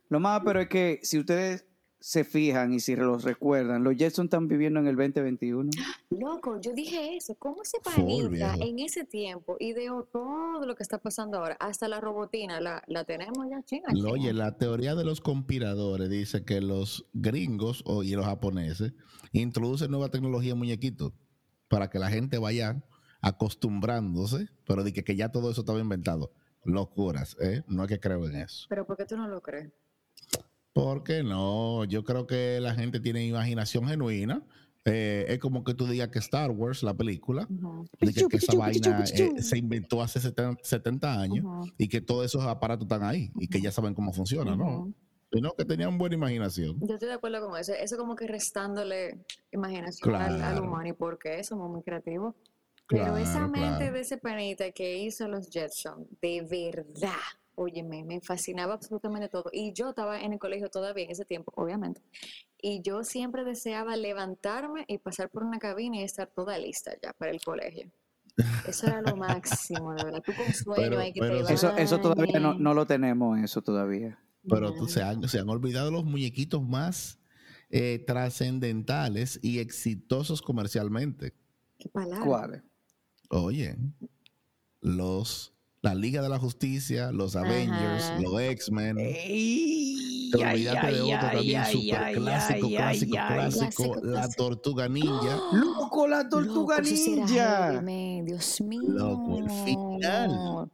[SPEAKER 2] lo más, pero es que si ustedes se fijan y si los recuerdan, los Jetson están viviendo en el 2021.
[SPEAKER 1] Loco, yo dije eso, ¿cómo se
[SPEAKER 3] Full,
[SPEAKER 1] paraliza
[SPEAKER 3] viejo.
[SPEAKER 1] en ese tiempo? Y de todo lo que está pasando ahora, hasta la robotina, la, la tenemos ya china.
[SPEAKER 3] Lo- Oye, la teoría de los conspiradores dice que los gringos o- y los japoneses introducen nueva tecnología en muñequitos para que la gente vaya acostumbrándose, pero de que, que ya todo eso estaba inventado. Locuras, ¿eh? No es que creo en eso.
[SPEAKER 1] Pero ¿por qué tú no lo crees?
[SPEAKER 3] Porque no, yo creo que la gente tiene imaginación genuina. Eh, es como que tú digas que Star Wars, la película,
[SPEAKER 1] Ujú.
[SPEAKER 3] de que,
[SPEAKER 2] Pichu,
[SPEAKER 3] que esa
[SPEAKER 2] pichu,
[SPEAKER 3] vaina
[SPEAKER 2] pichu, pichu.
[SPEAKER 3] eh, se inventó hace seten- 70 años
[SPEAKER 1] Ujú.
[SPEAKER 3] y que todos esos aparatos están ahí y que ya saben cómo funciona, ¿no?
[SPEAKER 1] Ujú.
[SPEAKER 3] Sino que tenían buena imaginación.
[SPEAKER 1] Yo estoy de acuerdo con eso. Eso como que restándole imaginación al- al,
[SPEAKER 3] Claro.
[SPEAKER 1] humano y porque somos muy creativos. Pero
[SPEAKER 3] Claro,
[SPEAKER 1] esa mente
[SPEAKER 3] claro.
[SPEAKER 1] de ese panita que hizo los Jetson, de verdad, óyeme, me fascinaba absolutamente todo. Y yo estaba en el colegio todavía en ese tiempo, obviamente. Y yo siempre deseaba levantarme y pasar por una cabina y estar toda lista ya para el colegio. Eso era lo máximo, de verdad. Tú con sueño
[SPEAKER 3] Pero-
[SPEAKER 1] ahí que
[SPEAKER 3] pero
[SPEAKER 1] te
[SPEAKER 2] Eso, eso todavía no,
[SPEAKER 1] bañes.
[SPEAKER 2] no lo tenemos, eso todavía.
[SPEAKER 3] Pero
[SPEAKER 1] No.
[SPEAKER 3] tú- se, han, se han olvidado los muñequitos más eh, trascendentales y exitosos comercialmente.
[SPEAKER 1] ¿Qué palabra?
[SPEAKER 2] ¿Cuál?
[SPEAKER 3] Oye, los, la Liga de la Justicia, los Avengers,
[SPEAKER 1] Ajá.
[SPEAKER 3] los X-Men.
[SPEAKER 2] Ey,
[SPEAKER 3] Te
[SPEAKER 2] ay,
[SPEAKER 3] olvidaste de
[SPEAKER 2] ay,
[SPEAKER 3] otro
[SPEAKER 2] ay,
[SPEAKER 3] también
[SPEAKER 2] ay,
[SPEAKER 3] super
[SPEAKER 2] ay,
[SPEAKER 3] clásico,
[SPEAKER 2] ay,
[SPEAKER 3] clásico,
[SPEAKER 2] ay, ay.
[SPEAKER 3] clásico,
[SPEAKER 1] Clásico,
[SPEAKER 3] La
[SPEAKER 1] clásico.
[SPEAKER 3] Tortuga Ninja.
[SPEAKER 2] Loco, la tortuga
[SPEAKER 1] Loco, eso sí era
[SPEAKER 2] ninja.
[SPEAKER 1] heavy, me- Dios mío.
[SPEAKER 3] Loco, el final.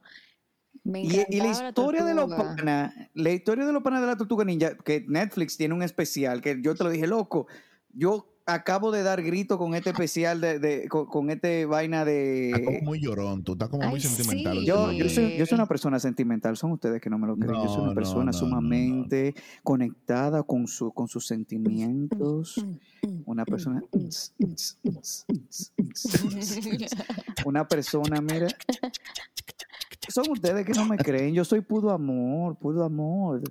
[SPEAKER 1] Me
[SPEAKER 2] Y, y la
[SPEAKER 1] encantaba
[SPEAKER 2] historia de los
[SPEAKER 1] tortuga.
[SPEAKER 2] panas, la historia de los panas de la tortuga ninja, que Netflix tiene un especial, que yo te lo dije, loco, yo acabo de dar grito con este especial de, de- con, con este vaina
[SPEAKER 3] Estás como
[SPEAKER 2] de.
[SPEAKER 3] muy llorón, tú estás como muy
[SPEAKER 1] Ay,
[SPEAKER 3] sentimental.
[SPEAKER 1] sí.
[SPEAKER 2] Yo, yo,
[SPEAKER 3] últimamente.
[SPEAKER 2] soy, yo soy una persona sentimental, son ustedes que no me lo creen. yo soy
[SPEAKER 3] No, no,
[SPEAKER 2] una persona
[SPEAKER 3] no, no, no.
[SPEAKER 2] sumamente conectada con, su, con sus sentimientos.
[SPEAKER 1] Mm,
[SPEAKER 2] Una
[SPEAKER 1] mm,
[SPEAKER 2] persona.
[SPEAKER 1] mm,
[SPEAKER 2] Una persona, mira. Son ustedes que no me creen. Yo soy puro amor, puro amor.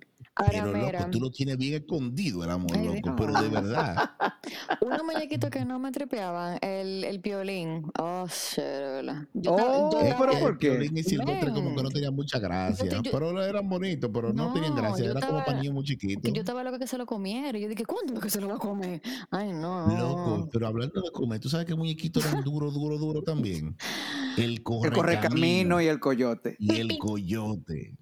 [SPEAKER 1] Ahora,
[SPEAKER 3] Pero
[SPEAKER 1] mira,
[SPEAKER 3] loco, tú lo tienes bien escondido, el amor,
[SPEAKER 1] Ay,
[SPEAKER 3] loco,
[SPEAKER 1] Dios.
[SPEAKER 3] pero de verdad.
[SPEAKER 1] unos muñequitos que no me trepeaban, el, el violín. Oh, shit, de verdad. Yo
[SPEAKER 2] Oh,
[SPEAKER 1] estaba- yo estaba-
[SPEAKER 2] pero
[SPEAKER 3] El
[SPEAKER 2] ¿por qué?
[SPEAKER 3] Piolín y Silvestre como que no
[SPEAKER 1] Men.
[SPEAKER 3] tenían mucha gracia,
[SPEAKER 1] yo-
[SPEAKER 3] pero eran bonitos, pero no, tenían
[SPEAKER 1] No,
[SPEAKER 3] gracia,
[SPEAKER 1] yo
[SPEAKER 3] era como
[SPEAKER 1] estaba-
[SPEAKER 3] para niños muy
[SPEAKER 1] que
[SPEAKER 3] chiquitos.
[SPEAKER 1] yo estaba loca que se lo comiera. Y yo dije, ¿cuándo es que se lo va a comer? Ay, no.
[SPEAKER 3] Loco,
[SPEAKER 1] Oh.
[SPEAKER 3] pero hablando de comer, tú sabes que muñequitos eran duro, duro, duro también. El
[SPEAKER 2] El correcamino
[SPEAKER 3] correcamino
[SPEAKER 2] y el coyote.
[SPEAKER 3] y el coyote.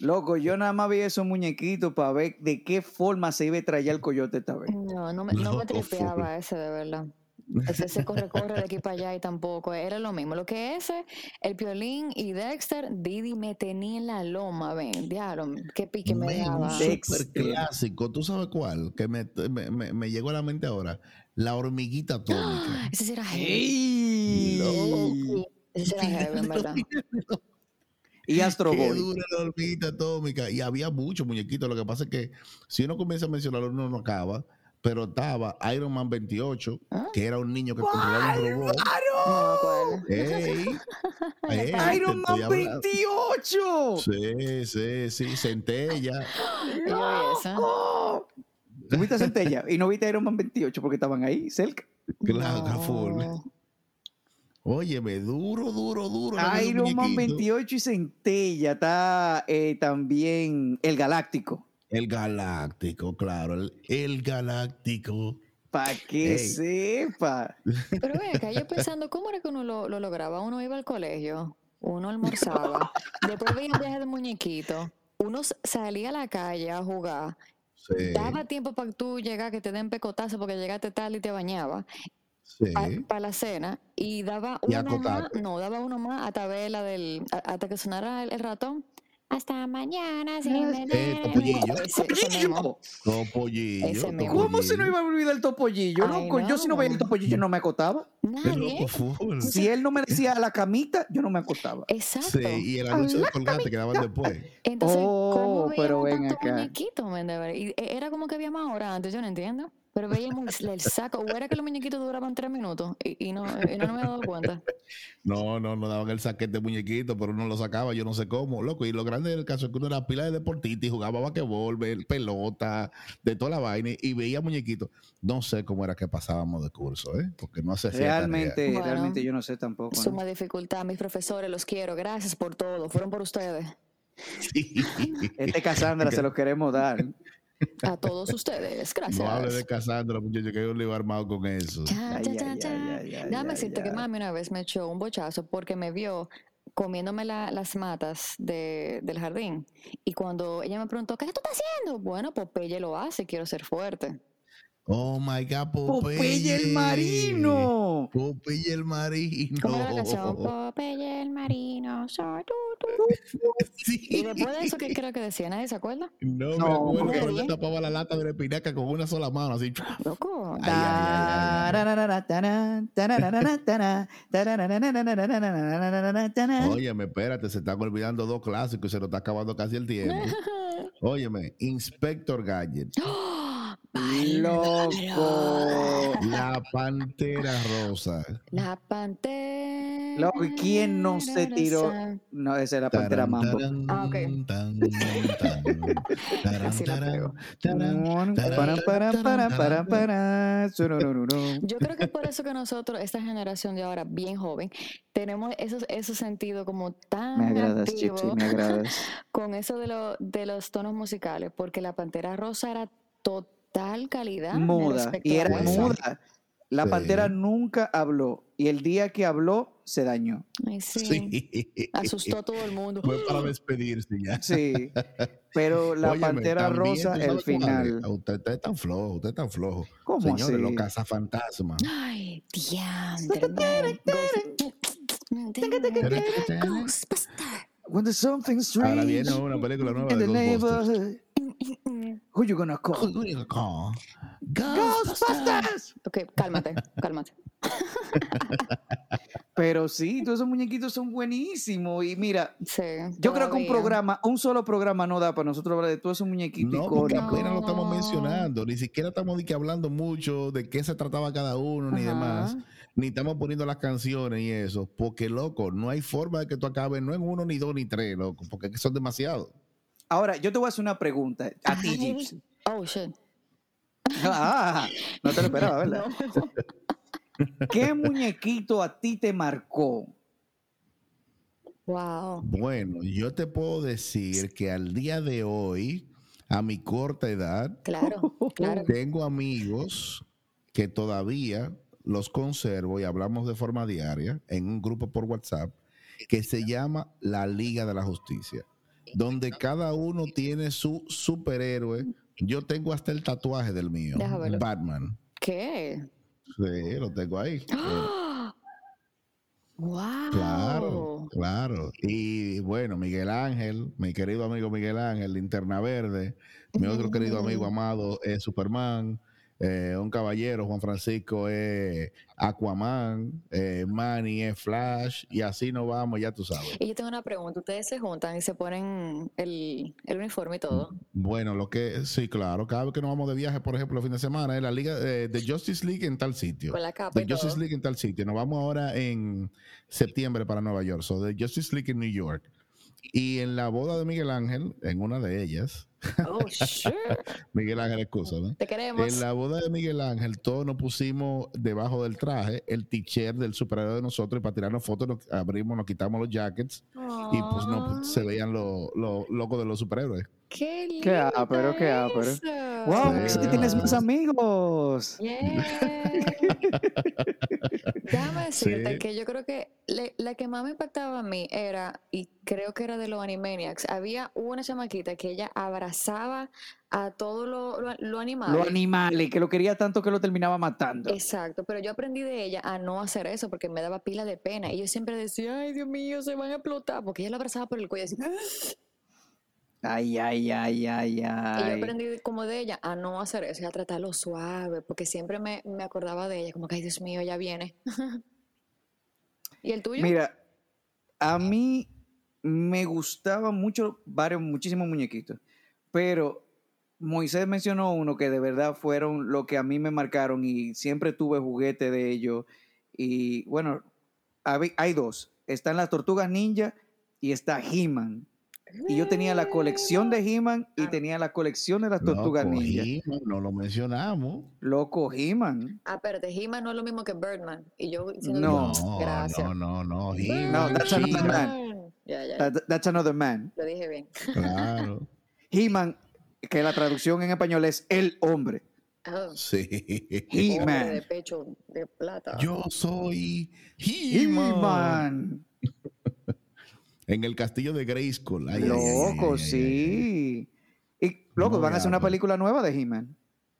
[SPEAKER 2] Loco, yo nada más vi esos muñequitos para ver de qué forma se iba a traer el coyote esta vez.
[SPEAKER 1] No, no me, no me
[SPEAKER 3] Loco,
[SPEAKER 1] tripeaba ese, de verdad. Pues Ese se corre, corre de aquí para allá y tampoco. Era lo mismo. Lo que ese, el Piolín y Dexter, Didi me tenía en la loma, ven. Diablo, qué pique me
[SPEAKER 3] Men, un
[SPEAKER 1] daba.
[SPEAKER 2] sí.
[SPEAKER 3] super clásico, ¿tú sabes cuál? Que me, me- me- me llegó a la mente ahora. La hormiguita atómica.
[SPEAKER 1] Ese sí era heavy.
[SPEAKER 2] ¡Ey!
[SPEAKER 3] Loco.
[SPEAKER 1] Ese sí era heavy, en verdad.
[SPEAKER 2] Y Astro
[SPEAKER 3] Qué
[SPEAKER 2] Boy.
[SPEAKER 3] dura la hormiguita atómica. Y había muchos muñequitos. Lo que pasa es que si uno comienza a mencionarlo, uno no acaba. Pero estaba Iron Man 28,
[SPEAKER 1] ¿Ah?
[SPEAKER 3] que era un niño que controlaba un robot.
[SPEAKER 1] No me
[SPEAKER 2] ¡Claro!
[SPEAKER 1] acuerdo.
[SPEAKER 3] ¡Ey! ¡Ey! te
[SPEAKER 2] ¡Iron Man
[SPEAKER 3] estoy hablando.
[SPEAKER 2] 28!
[SPEAKER 3] Sí, sí, sí. Centella.
[SPEAKER 1] Y yo vi esa.
[SPEAKER 2] ¡Loco! ¿Tú viste a Centella y no viste a Iron Man 28 porque estaban ahí cerca?
[SPEAKER 3] Claro, full.
[SPEAKER 1] No.
[SPEAKER 3] Óyeme, duro, duro, duro. eran esos
[SPEAKER 2] Iron Man
[SPEAKER 3] muñequitos.
[SPEAKER 2] 28 y Centella está eh, también el Galáctico.
[SPEAKER 3] El Galáctico, claro. El, el Galáctico.
[SPEAKER 2] Para que
[SPEAKER 3] Ey.
[SPEAKER 2] sepa.
[SPEAKER 1] Pero ven acá, yo pensando, ¿cómo era que uno lo, lo lograba? Uno iba al colegio, uno almorzaba, después veía un viaje de muñequito, uno s- salía a la calle a jugar,
[SPEAKER 3] Sí,
[SPEAKER 1] daba tiempo para que tú llegar, que te den pecotazo porque llegaste tarde y te bañaba para
[SPEAKER 3] sí.
[SPEAKER 1] la cena, y daba
[SPEAKER 3] Y
[SPEAKER 1] uno más,
[SPEAKER 3] acotarte.
[SPEAKER 1] no, daba uno más hasta ver la del, a- hasta que sonara el, el ratón. Hasta mañana, se me-
[SPEAKER 3] Eh, topollillo.
[SPEAKER 1] Ese- ese mismo.
[SPEAKER 2] ¡Topollillo!
[SPEAKER 3] Topollillo.
[SPEAKER 1] Ese mismo.
[SPEAKER 2] ¿Cómo se nos
[SPEAKER 3] topollillo.
[SPEAKER 2] iba a olvidar el topollillo,
[SPEAKER 1] Ay,
[SPEAKER 2] loco? Yo si no
[SPEAKER 1] no.
[SPEAKER 2] veía el topollillo no me acotaba.
[SPEAKER 3] El
[SPEAKER 1] Nadie.
[SPEAKER 3] loco full.
[SPEAKER 2] Si él no me decía a la camita, yo no me acostaba.
[SPEAKER 1] Exacto.
[SPEAKER 3] Sí, y el anuncio de colgante que daban después.
[SPEAKER 1] Entonces, ¿cómo
[SPEAKER 2] Oh,
[SPEAKER 1] veíamos
[SPEAKER 2] pero ven
[SPEAKER 1] tanto
[SPEAKER 2] acá.
[SPEAKER 1] muñequito, men, de verdad? Y e- era como que había más ahora antes, yo no entiendo. Pero veíamos el saco, o era que los muñequitos duraban tres minutos y, y no, y no me había dado cuenta.
[SPEAKER 3] No, no, no daban el saquete de muñequito, pero uno lo sacaba, yo no sé cómo, loco. Y lo grande del caso es que uno era pila de deportista y jugaba basquetbol, ve- pelota, de toda la vaina, y veía muñequitos. No sé cómo era que pasábamos de curso, ¿eh? Porque no hace
[SPEAKER 2] Realmente,
[SPEAKER 1] Bueno.
[SPEAKER 2] realmente yo no sé tampoco. ¿no?
[SPEAKER 1] Suma dificultad, mis profesores, los quiero, gracias por todo, fueron por ustedes,
[SPEAKER 2] Este Cassandra se lo queremos dar.
[SPEAKER 1] a todos ustedes,
[SPEAKER 3] No hable de
[SPEAKER 1] gracias.
[SPEAKER 3] Casandra, muchachos, que yo le iba armado con eso.
[SPEAKER 2] Ay,
[SPEAKER 1] Cha, Ah, cha,
[SPEAKER 2] ay,
[SPEAKER 1] cha,
[SPEAKER 2] ay,
[SPEAKER 1] cha.
[SPEAKER 2] ay, ay,
[SPEAKER 1] Déjame
[SPEAKER 2] ay,
[SPEAKER 1] decirte que
[SPEAKER 2] ay.
[SPEAKER 1] mami una vez me echó un bochazo porque me vio comiéndome la- las matas de- del jardín. Y cuando ella me preguntó, ¿qué tú estás haciendo? Bueno, Popeye lo hace, quiero ser fuerte.
[SPEAKER 3] Oh my God, Popeye.
[SPEAKER 2] Popeye el marino.
[SPEAKER 3] Popeye el
[SPEAKER 1] ¿Cómo era la canción?
[SPEAKER 2] Oh.
[SPEAKER 3] marino.
[SPEAKER 1] Popeye el marino, soy tú,
[SPEAKER 3] Sí.
[SPEAKER 1] Y después de eso, ¿qué creo que decía? ¿Nadie se acuerda?
[SPEAKER 2] No,
[SPEAKER 3] No, me acuerdo
[SPEAKER 1] hombre.
[SPEAKER 3] que Roberto tapaba la lata de la espinaca con una sola mano, así.
[SPEAKER 2] Ah,
[SPEAKER 1] Loco.
[SPEAKER 3] Ay, ay, ay, ay, Óyeme, espérate, se están olvidando dos clásicos y se nos está acabando casi el tiempo. Óyeme, Inspector Gadget,
[SPEAKER 1] ¡Oh!
[SPEAKER 2] Loco.
[SPEAKER 3] la pantera rosa.
[SPEAKER 1] La pantera.
[SPEAKER 2] Loco, ¿y quién no se tiró? No, esa era Pantera
[SPEAKER 3] Taran,
[SPEAKER 2] Mambo.
[SPEAKER 3] taran,
[SPEAKER 1] Ah, ok.
[SPEAKER 3] tan, tan, taran,
[SPEAKER 1] Así la
[SPEAKER 3] taran,
[SPEAKER 1] pego.
[SPEAKER 3] taran,
[SPEAKER 2] Para, para, para, para, para. Sururururu.
[SPEAKER 1] Yo creo que es por eso que nosotros, esta generación de ahora, bien joven, tenemos esos, esos sentidos como tan
[SPEAKER 2] Me agradas,
[SPEAKER 1] activo
[SPEAKER 2] Gypsy, me agradas.
[SPEAKER 1] con eso de, lo- de los tonos musicales, porque la Pantera Rosa era total calidad. en el
[SPEAKER 2] Muda.
[SPEAKER 1] espectro
[SPEAKER 2] Y era
[SPEAKER 3] Pues sí.
[SPEAKER 1] vocal.
[SPEAKER 2] muda. La
[SPEAKER 3] Sí.
[SPEAKER 2] Pantera nunca habló. Y el día que habló, se dañó.
[SPEAKER 1] Ay, sí.
[SPEAKER 3] Sí.
[SPEAKER 1] Asustó a todo el mundo.
[SPEAKER 3] Fue para despedirse ya.
[SPEAKER 2] Sí. Pero la
[SPEAKER 3] Óyeme,
[SPEAKER 2] Pantera
[SPEAKER 3] también,
[SPEAKER 2] Rosa,
[SPEAKER 3] ¿tú
[SPEAKER 2] el
[SPEAKER 3] sabes cuál es?
[SPEAKER 2] final.
[SPEAKER 3] Ah, Usted, usted es tan flojo, usted es tan flojo.
[SPEAKER 2] ¿Cómo
[SPEAKER 3] Señores,
[SPEAKER 2] así?
[SPEAKER 3] los cazafantasmas.
[SPEAKER 1] Ay, diantre. man. Ghost- Ghostbuster.
[SPEAKER 2] Cuando something
[SPEAKER 3] Ahora
[SPEAKER 2] strange
[SPEAKER 3] viene una película nueva
[SPEAKER 2] in
[SPEAKER 3] de
[SPEAKER 2] the
[SPEAKER 3] Ghostbusters.
[SPEAKER 2] neighborhood,
[SPEAKER 1] Mm,
[SPEAKER 2] who you gonna call? Ghostbusters.
[SPEAKER 1] Ok, cálmate, cálmate.
[SPEAKER 2] Pero sí, todos esos muñequitos son buenísimos. Y mira,
[SPEAKER 1] Sí,
[SPEAKER 2] yo creo que un
[SPEAKER 1] todavía.
[SPEAKER 2] programa, un solo programa no da para nosotros hablar de todos esos muñequitos
[SPEAKER 3] No, porque
[SPEAKER 2] icónicos.
[SPEAKER 3] apenas lo estamos
[SPEAKER 1] No.
[SPEAKER 3] mencionando, ni siquiera estamos ni que hablando mucho de qué se trataba cada uno, ni
[SPEAKER 1] Ajá.
[SPEAKER 3] demás, ni estamos poniendo las canciones y eso, porque loco, no hay forma de que tú acabes, no en uno, ni dos, ni tres, loco, porque es que son demasiados.
[SPEAKER 2] Ahora, yo te voy a hacer una pregunta. A ti,
[SPEAKER 1] Ay.
[SPEAKER 2] Gips.
[SPEAKER 1] Oh, shit.
[SPEAKER 2] Ah, no te lo esperaba, ¿verdad?
[SPEAKER 1] No.
[SPEAKER 2] ¿Qué muñequito a ti te marcó?
[SPEAKER 1] Wow.
[SPEAKER 3] Bueno, yo te puedo decir que al día de hoy, a mi corta edad,
[SPEAKER 1] Claro, claro.
[SPEAKER 3] Tengo amigos que todavía los conservo y hablamos de forma diaria en un grupo por WhatsApp que se llama la Liga de la Justicia, donde cada uno tiene su superhéroe. Yo tengo hasta el tatuaje del mío,
[SPEAKER 1] Deja verlo.
[SPEAKER 3] Batman.
[SPEAKER 1] ¿Qué?
[SPEAKER 3] Sí, lo tengo ahí. Eh,
[SPEAKER 1] ¡Oh! Wow.
[SPEAKER 3] Claro, claro. Y bueno, Miguel Ángel, mi querido amigo Miguel Ángel, Linterna Verde, mi otro querido amigo
[SPEAKER 1] Mm.
[SPEAKER 3] amado es Superman, eh, un caballero, Juan Francisco es Aquaman, eh, Manny es Flash, y así nos vamos, ya tú sabes.
[SPEAKER 1] Y yo tengo una pregunta. Ustedes se juntan y se ponen el, el uniforme y todo.
[SPEAKER 3] Bueno, lo que sí, claro, cada vez que nos vamos de viaje, por ejemplo, el fin de semana, es la Liga eh, de Justice League en tal sitio.
[SPEAKER 1] Con la capa
[SPEAKER 3] The
[SPEAKER 1] y todo.
[SPEAKER 3] Justice League en tal sitio. Nos vamos ahora en septiembre para Nueva York. So, The Justice League en New York. Y en la boda de Miguel Ángel, en una de ellas,
[SPEAKER 1] Oh, shit.
[SPEAKER 3] Miguel Ángel, escúchame.
[SPEAKER 1] Te queremos.
[SPEAKER 3] En la boda de Miguel Ángel, todos nos pusimos debajo del traje el t-shirt del superhéroe de nosotros y para tirarnos fotos nos abrimos, nos quitamos los jackets y pues no se veían los los locos de los superhéroes.
[SPEAKER 1] Ah, Qué lindo.
[SPEAKER 2] Qué ápero, qué ápero. Wow,
[SPEAKER 3] Sí,
[SPEAKER 2] sí
[SPEAKER 3] no.
[SPEAKER 2] tienes más amigos.
[SPEAKER 1] Déjame
[SPEAKER 3] Sí.
[SPEAKER 1] decirte que yo creo que le- la que más me impactaba a mí era, y creo que era de los Animaniacs, había una chamaquita que ella abrazaba a todo lo, lo, lo animal.
[SPEAKER 2] Los animales, que lo quería tanto que lo terminaba matando.
[SPEAKER 1] Exacto, pero yo aprendí de ella a no hacer eso porque me daba pila de pena. Y yo siempre decía, ay Dios mío, se van a explotar, porque ella lo abrazaba por el cuello. Así,
[SPEAKER 2] Ay, ay, ay, ay,
[SPEAKER 1] Y yo
[SPEAKER 2] ay.
[SPEAKER 1] aprendí de- como de ella a no hacer eso y a tratarlo suave, porque siempre me, me acordaba de ella, como que, ay Dios mío, ya viene. ¿Y el tuyo?
[SPEAKER 2] Mira, a mí me gustaba mucho, varios, muchísimos muñequitos, pero Moisés mencionó uno que de verdad fueron lo que a mí me marcaron y siempre tuve juguete de ellos. Y bueno, hab- hay dos, están las tortugas ninja y está He-Man. Y yo tenía la colección de He-Man y
[SPEAKER 1] Ah.
[SPEAKER 2] tenía la colección de las tortugas
[SPEAKER 3] Loco,
[SPEAKER 2] ninja.
[SPEAKER 3] He-Man, no lo mencionamos.
[SPEAKER 2] Loco, He-Man.
[SPEAKER 1] Ah, espérate, He-Man no es lo mismo que Birdman. Y yo diciendo,
[SPEAKER 2] No,
[SPEAKER 1] gracias.
[SPEAKER 3] no, Ah. no, no, He-Man,
[SPEAKER 1] Birdman.
[SPEAKER 2] No, that's another
[SPEAKER 3] She-Ra,
[SPEAKER 2] man.
[SPEAKER 1] Ya, ya, ya,
[SPEAKER 2] That- that's another man.
[SPEAKER 1] lo dije bien.
[SPEAKER 3] Claro,
[SPEAKER 2] He-Man, que la traducción en español es el hombre.
[SPEAKER 1] Ah,
[SPEAKER 3] sí.
[SPEAKER 1] hombre
[SPEAKER 2] He-Man.
[SPEAKER 1] de pecho de plata.
[SPEAKER 3] Yo soy He-Man.
[SPEAKER 2] He-Man.
[SPEAKER 3] en el castillo de Grayskull. Ay, ay, ay, ay, ay,
[SPEAKER 2] Loco,
[SPEAKER 3] ay, ay,
[SPEAKER 2] sí. Y loco,
[SPEAKER 3] No,
[SPEAKER 2] van a hacer
[SPEAKER 3] ya,
[SPEAKER 2] una
[SPEAKER 3] pues.
[SPEAKER 2] película nueva de He-Man.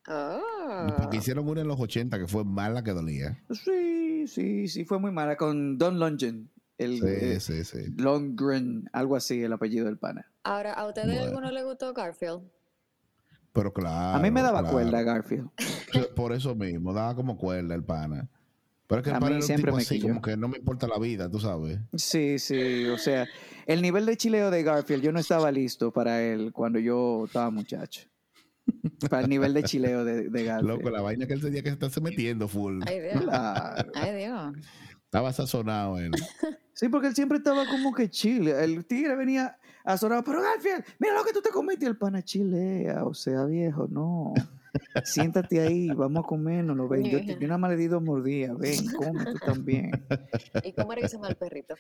[SPEAKER 1] Ah.
[SPEAKER 3] ay. Porque hicieron una en los 80 que fue mala que dolía.
[SPEAKER 2] Sí, sí, sí, fue muy mala con Don Lungen. El,
[SPEAKER 3] Sí,
[SPEAKER 2] eh,
[SPEAKER 3] sí, sí.
[SPEAKER 2] Longren, algo así, el apellido del pana.
[SPEAKER 1] Ahora, ¿a ustedes
[SPEAKER 3] Bueno.
[SPEAKER 1] alguno le gustó Garfield?
[SPEAKER 3] Pero claro.
[SPEAKER 2] a mí me daba
[SPEAKER 3] Ah, claro.
[SPEAKER 2] cuerda Garfield.
[SPEAKER 3] Por eso mismo, daba como cuerda el pana. Pero es que el
[SPEAKER 2] A
[SPEAKER 3] pana
[SPEAKER 2] mí
[SPEAKER 3] era un
[SPEAKER 2] siempre
[SPEAKER 3] tipo
[SPEAKER 2] me
[SPEAKER 3] así,
[SPEAKER 2] quilló.
[SPEAKER 3] como que no me importa la vida, tú sabes.
[SPEAKER 2] Sí, sí, o sea, el nivel de chileo de Garfield, yo no estaba listo para él cuando yo estaba muchacho. Para el nivel de chileo de, de Garfield.
[SPEAKER 3] Loco, la vaina que él tenía que estarse metiendo full.
[SPEAKER 1] Ay, Dios.
[SPEAKER 2] Claro.
[SPEAKER 1] Ay, Dios.
[SPEAKER 3] Estaba sazonado él.
[SPEAKER 2] Sí, porque él siempre estaba como que chile. El tigre venía azorado, pero Garfield, mira lo que tú te comiste. Y el pana chilea, o sea, viejo, no. Siéntate ahí, vamos a comernos, lo ven. Yo, te- yo nada más le di dos mordidas, ven, come tú también.
[SPEAKER 1] ¿Y cómo era que se llama el perrito?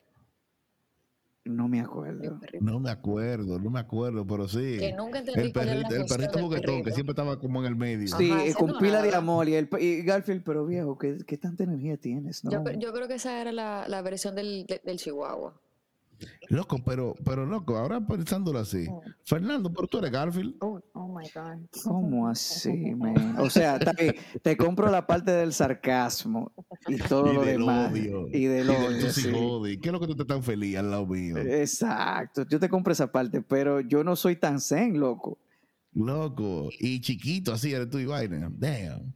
[SPEAKER 2] No me
[SPEAKER 1] El
[SPEAKER 2] acuerdo.
[SPEAKER 1] perrito.
[SPEAKER 3] No me acuerdo, no me acuerdo, pero sí.
[SPEAKER 1] Que nunca entendí
[SPEAKER 3] El
[SPEAKER 1] cuál era
[SPEAKER 3] perrito,
[SPEAKER 1] la
[SPEAKER 3] el
[SPEAKER 1] función
[SPEAKER 3] perrito
[SPEAKER 1] del
[SPEAKER 3] juguetón, que
[SPEAKER 1] perrito.
[SPEAKER 3] siempre estaba como en el medio.
[SPEAKER 2] Sí,
[SPEAKER 1] Ajá,
[SPEAKER 2] eh,
[SPEAKER 1] ese
[SPEAKER 2] con
[SPEAKER 1] no
[SPEAKER 2] pila de
[SPEAKER 1] nada.
[SPEAKER 2] amor. Y, el, y Garfield, pero viejo, ¿qué, qué tanta energía tienes? No.
[SPEAKER 1] Yo, cre- yo creo que esa era la, la versión del, de- del Chihuahua.
[SPEAKER 3] Loco, pero, pero loco, ahora pensándolo así.
[SPEAKER 1] Mm.
[SPEAKER 3] Fernando, pero tú eres Garfield.
[SPEAKER 1] Oh, oh my God.
[SPEAKER 2] ¿Cómo así, man? O sea, está bien, te compro la parte del sarcasmo y todo
[SPEAKER 3] y
[SPEAKER 2] lo
[SPEAKER 3] del
[SPEAKER 2] demás.
[SPEAKER 3] odio.
[SPEAKER 2] Y del
[SPEAKER 3] Y
[SPEAKER 2] odio.
[SPEAKER 3] del
[SPEAKER 2] sí. Eh.
[SPEAKER 3] sí. ¿Qué es lo que tú estás tan feliz al lado mío?
[SPEAKER 2] Exacto, yo te compro esa parte, pero yo no soy tan zen, loco.
[SPEAKER 3] Loco, y chiquito así eres tú y vaina. Damn.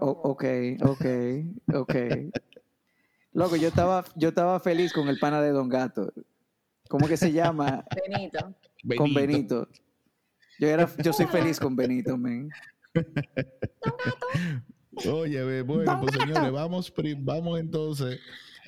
[SPEAKER 2] O- ok, ok, ok. Loco, yo estaba, yo estaba feliz con el pana de Don Gato. ¿Cómo que se llama?
[SPEAKER 3] Ah,
[SPEAKER 1] Benito.
[SPEAKER 2] Con Benito. Yo, era, yo soy feliz con Benito, men.
[SPEAKER 3] Oye, ve, bueno, pues señores, vamos, pri- vamos entonces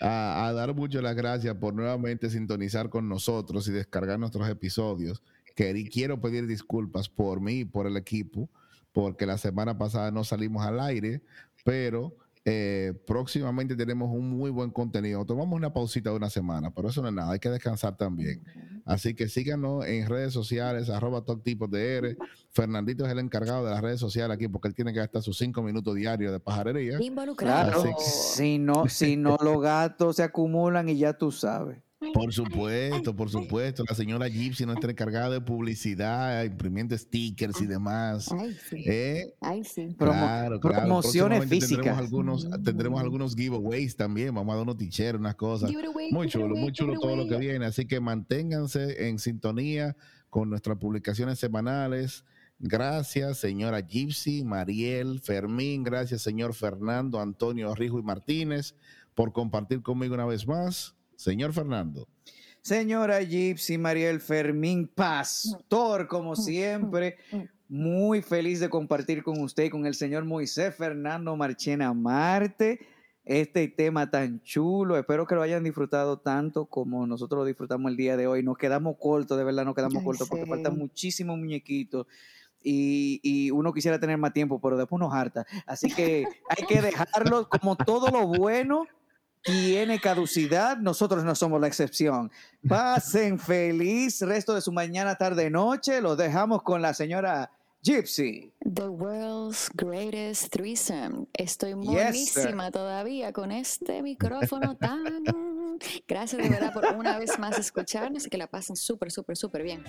[SPEAKER 3] a, a dar mucho las gracias por nuevamente sintonizar con nosotros y descargar nuestros episodios. Queri- quiero pedir disculpas por mí y por el equipo, porque la semana pasada no salimos al aire, pero eh, próximamente tenemos un muy buen contenido. Tomamos una pausita de una semana, pero eso no es nada, hay que descansar también. Así que síganos en redes sociales, arroba Talk Tipos de R. Fernandito es el encargado de las redes sociales aquí porque él tiene que gastar sus cinco minutos diarios de pajarería.
[SPEAKER 1] Involucrado.
[SPEAKER 2] Claro,
[SPEAKER 3] Así que-
[SPEAKER 2] si no, si no los gatos se acumulan y ya tú sabes.
[SPEAKER 3] Por supuesto, por supuesto. La señora Gypsy, nuestra encargada de publicidad, imprimiendo stickers y demás.
[SPEAKER 1] Ay, sí.
[SPEAKER 3] ¿Eh?
[SPEAKER 1] Ay, sí.
[SPEAKER 2] Ah, Promo- promociones
[SPEAKER 3] Próximamente Tendremos
[SPEAKER 2] físicas. Mm.
[SPEAKER 3] algunos, ah, tendremos algunos giveaways también. Vamos a dar unos t-shirts, unas cosas.
[SPEAKER 1] Giveaway,
[SPEAKER 3] Muy chulo, muy
[SPEAKER 1] giveaway,
[SPEAKER 3] chulo todo lo que
[SPEAKER 1] giveaway.
[SPEAKER 3] viene. Así que manténganse en sintonía con nuestras publicaciones semanales. Gracias, señora Gypsy, Mariel, Fermín. Gracias, señor Fernando, Antonio Rijo y Martínez, por compartir conmigo una vez más. Señor Fernando.
[SPEAKER 2] Señora Gypsy, Mariel Fermín, pastor, como siempre, muy feliz de compartir con usted y con el señor Moisés Fernando Marchena Marte este tema tan chulo. Espero que lo hayan disfrutado tanto como nosotros lo disfrutamos el día de hoy. Nos quedamos cortos, de verdad, nos quedamos
[SPEAKER 1] Ay,
[SPEAKER 2] cortos porque
[SPEAKER 1] sí.
[SPEAKER 2] faltan muchísimos muñequitos. Y, y uno quisiera tener más tiempo, pero después nos harta. Así que hay que dejarlo como todo lo bueno tiene caducidad, nosotros no somos la excepción. Pasen feliz resto de su mañana, tarde, noche. Los dejamos con la señora Gypsy.
[SPEAKER 1] The world's greatest threesome. Estoy
[SPEAKER 2] Yes, sir.
[SPEAKER 1] buenísima todavía con este micrófono tan. Gracias de verdad por una vez más escucharnos y que la pasen súper, súper, súper bien.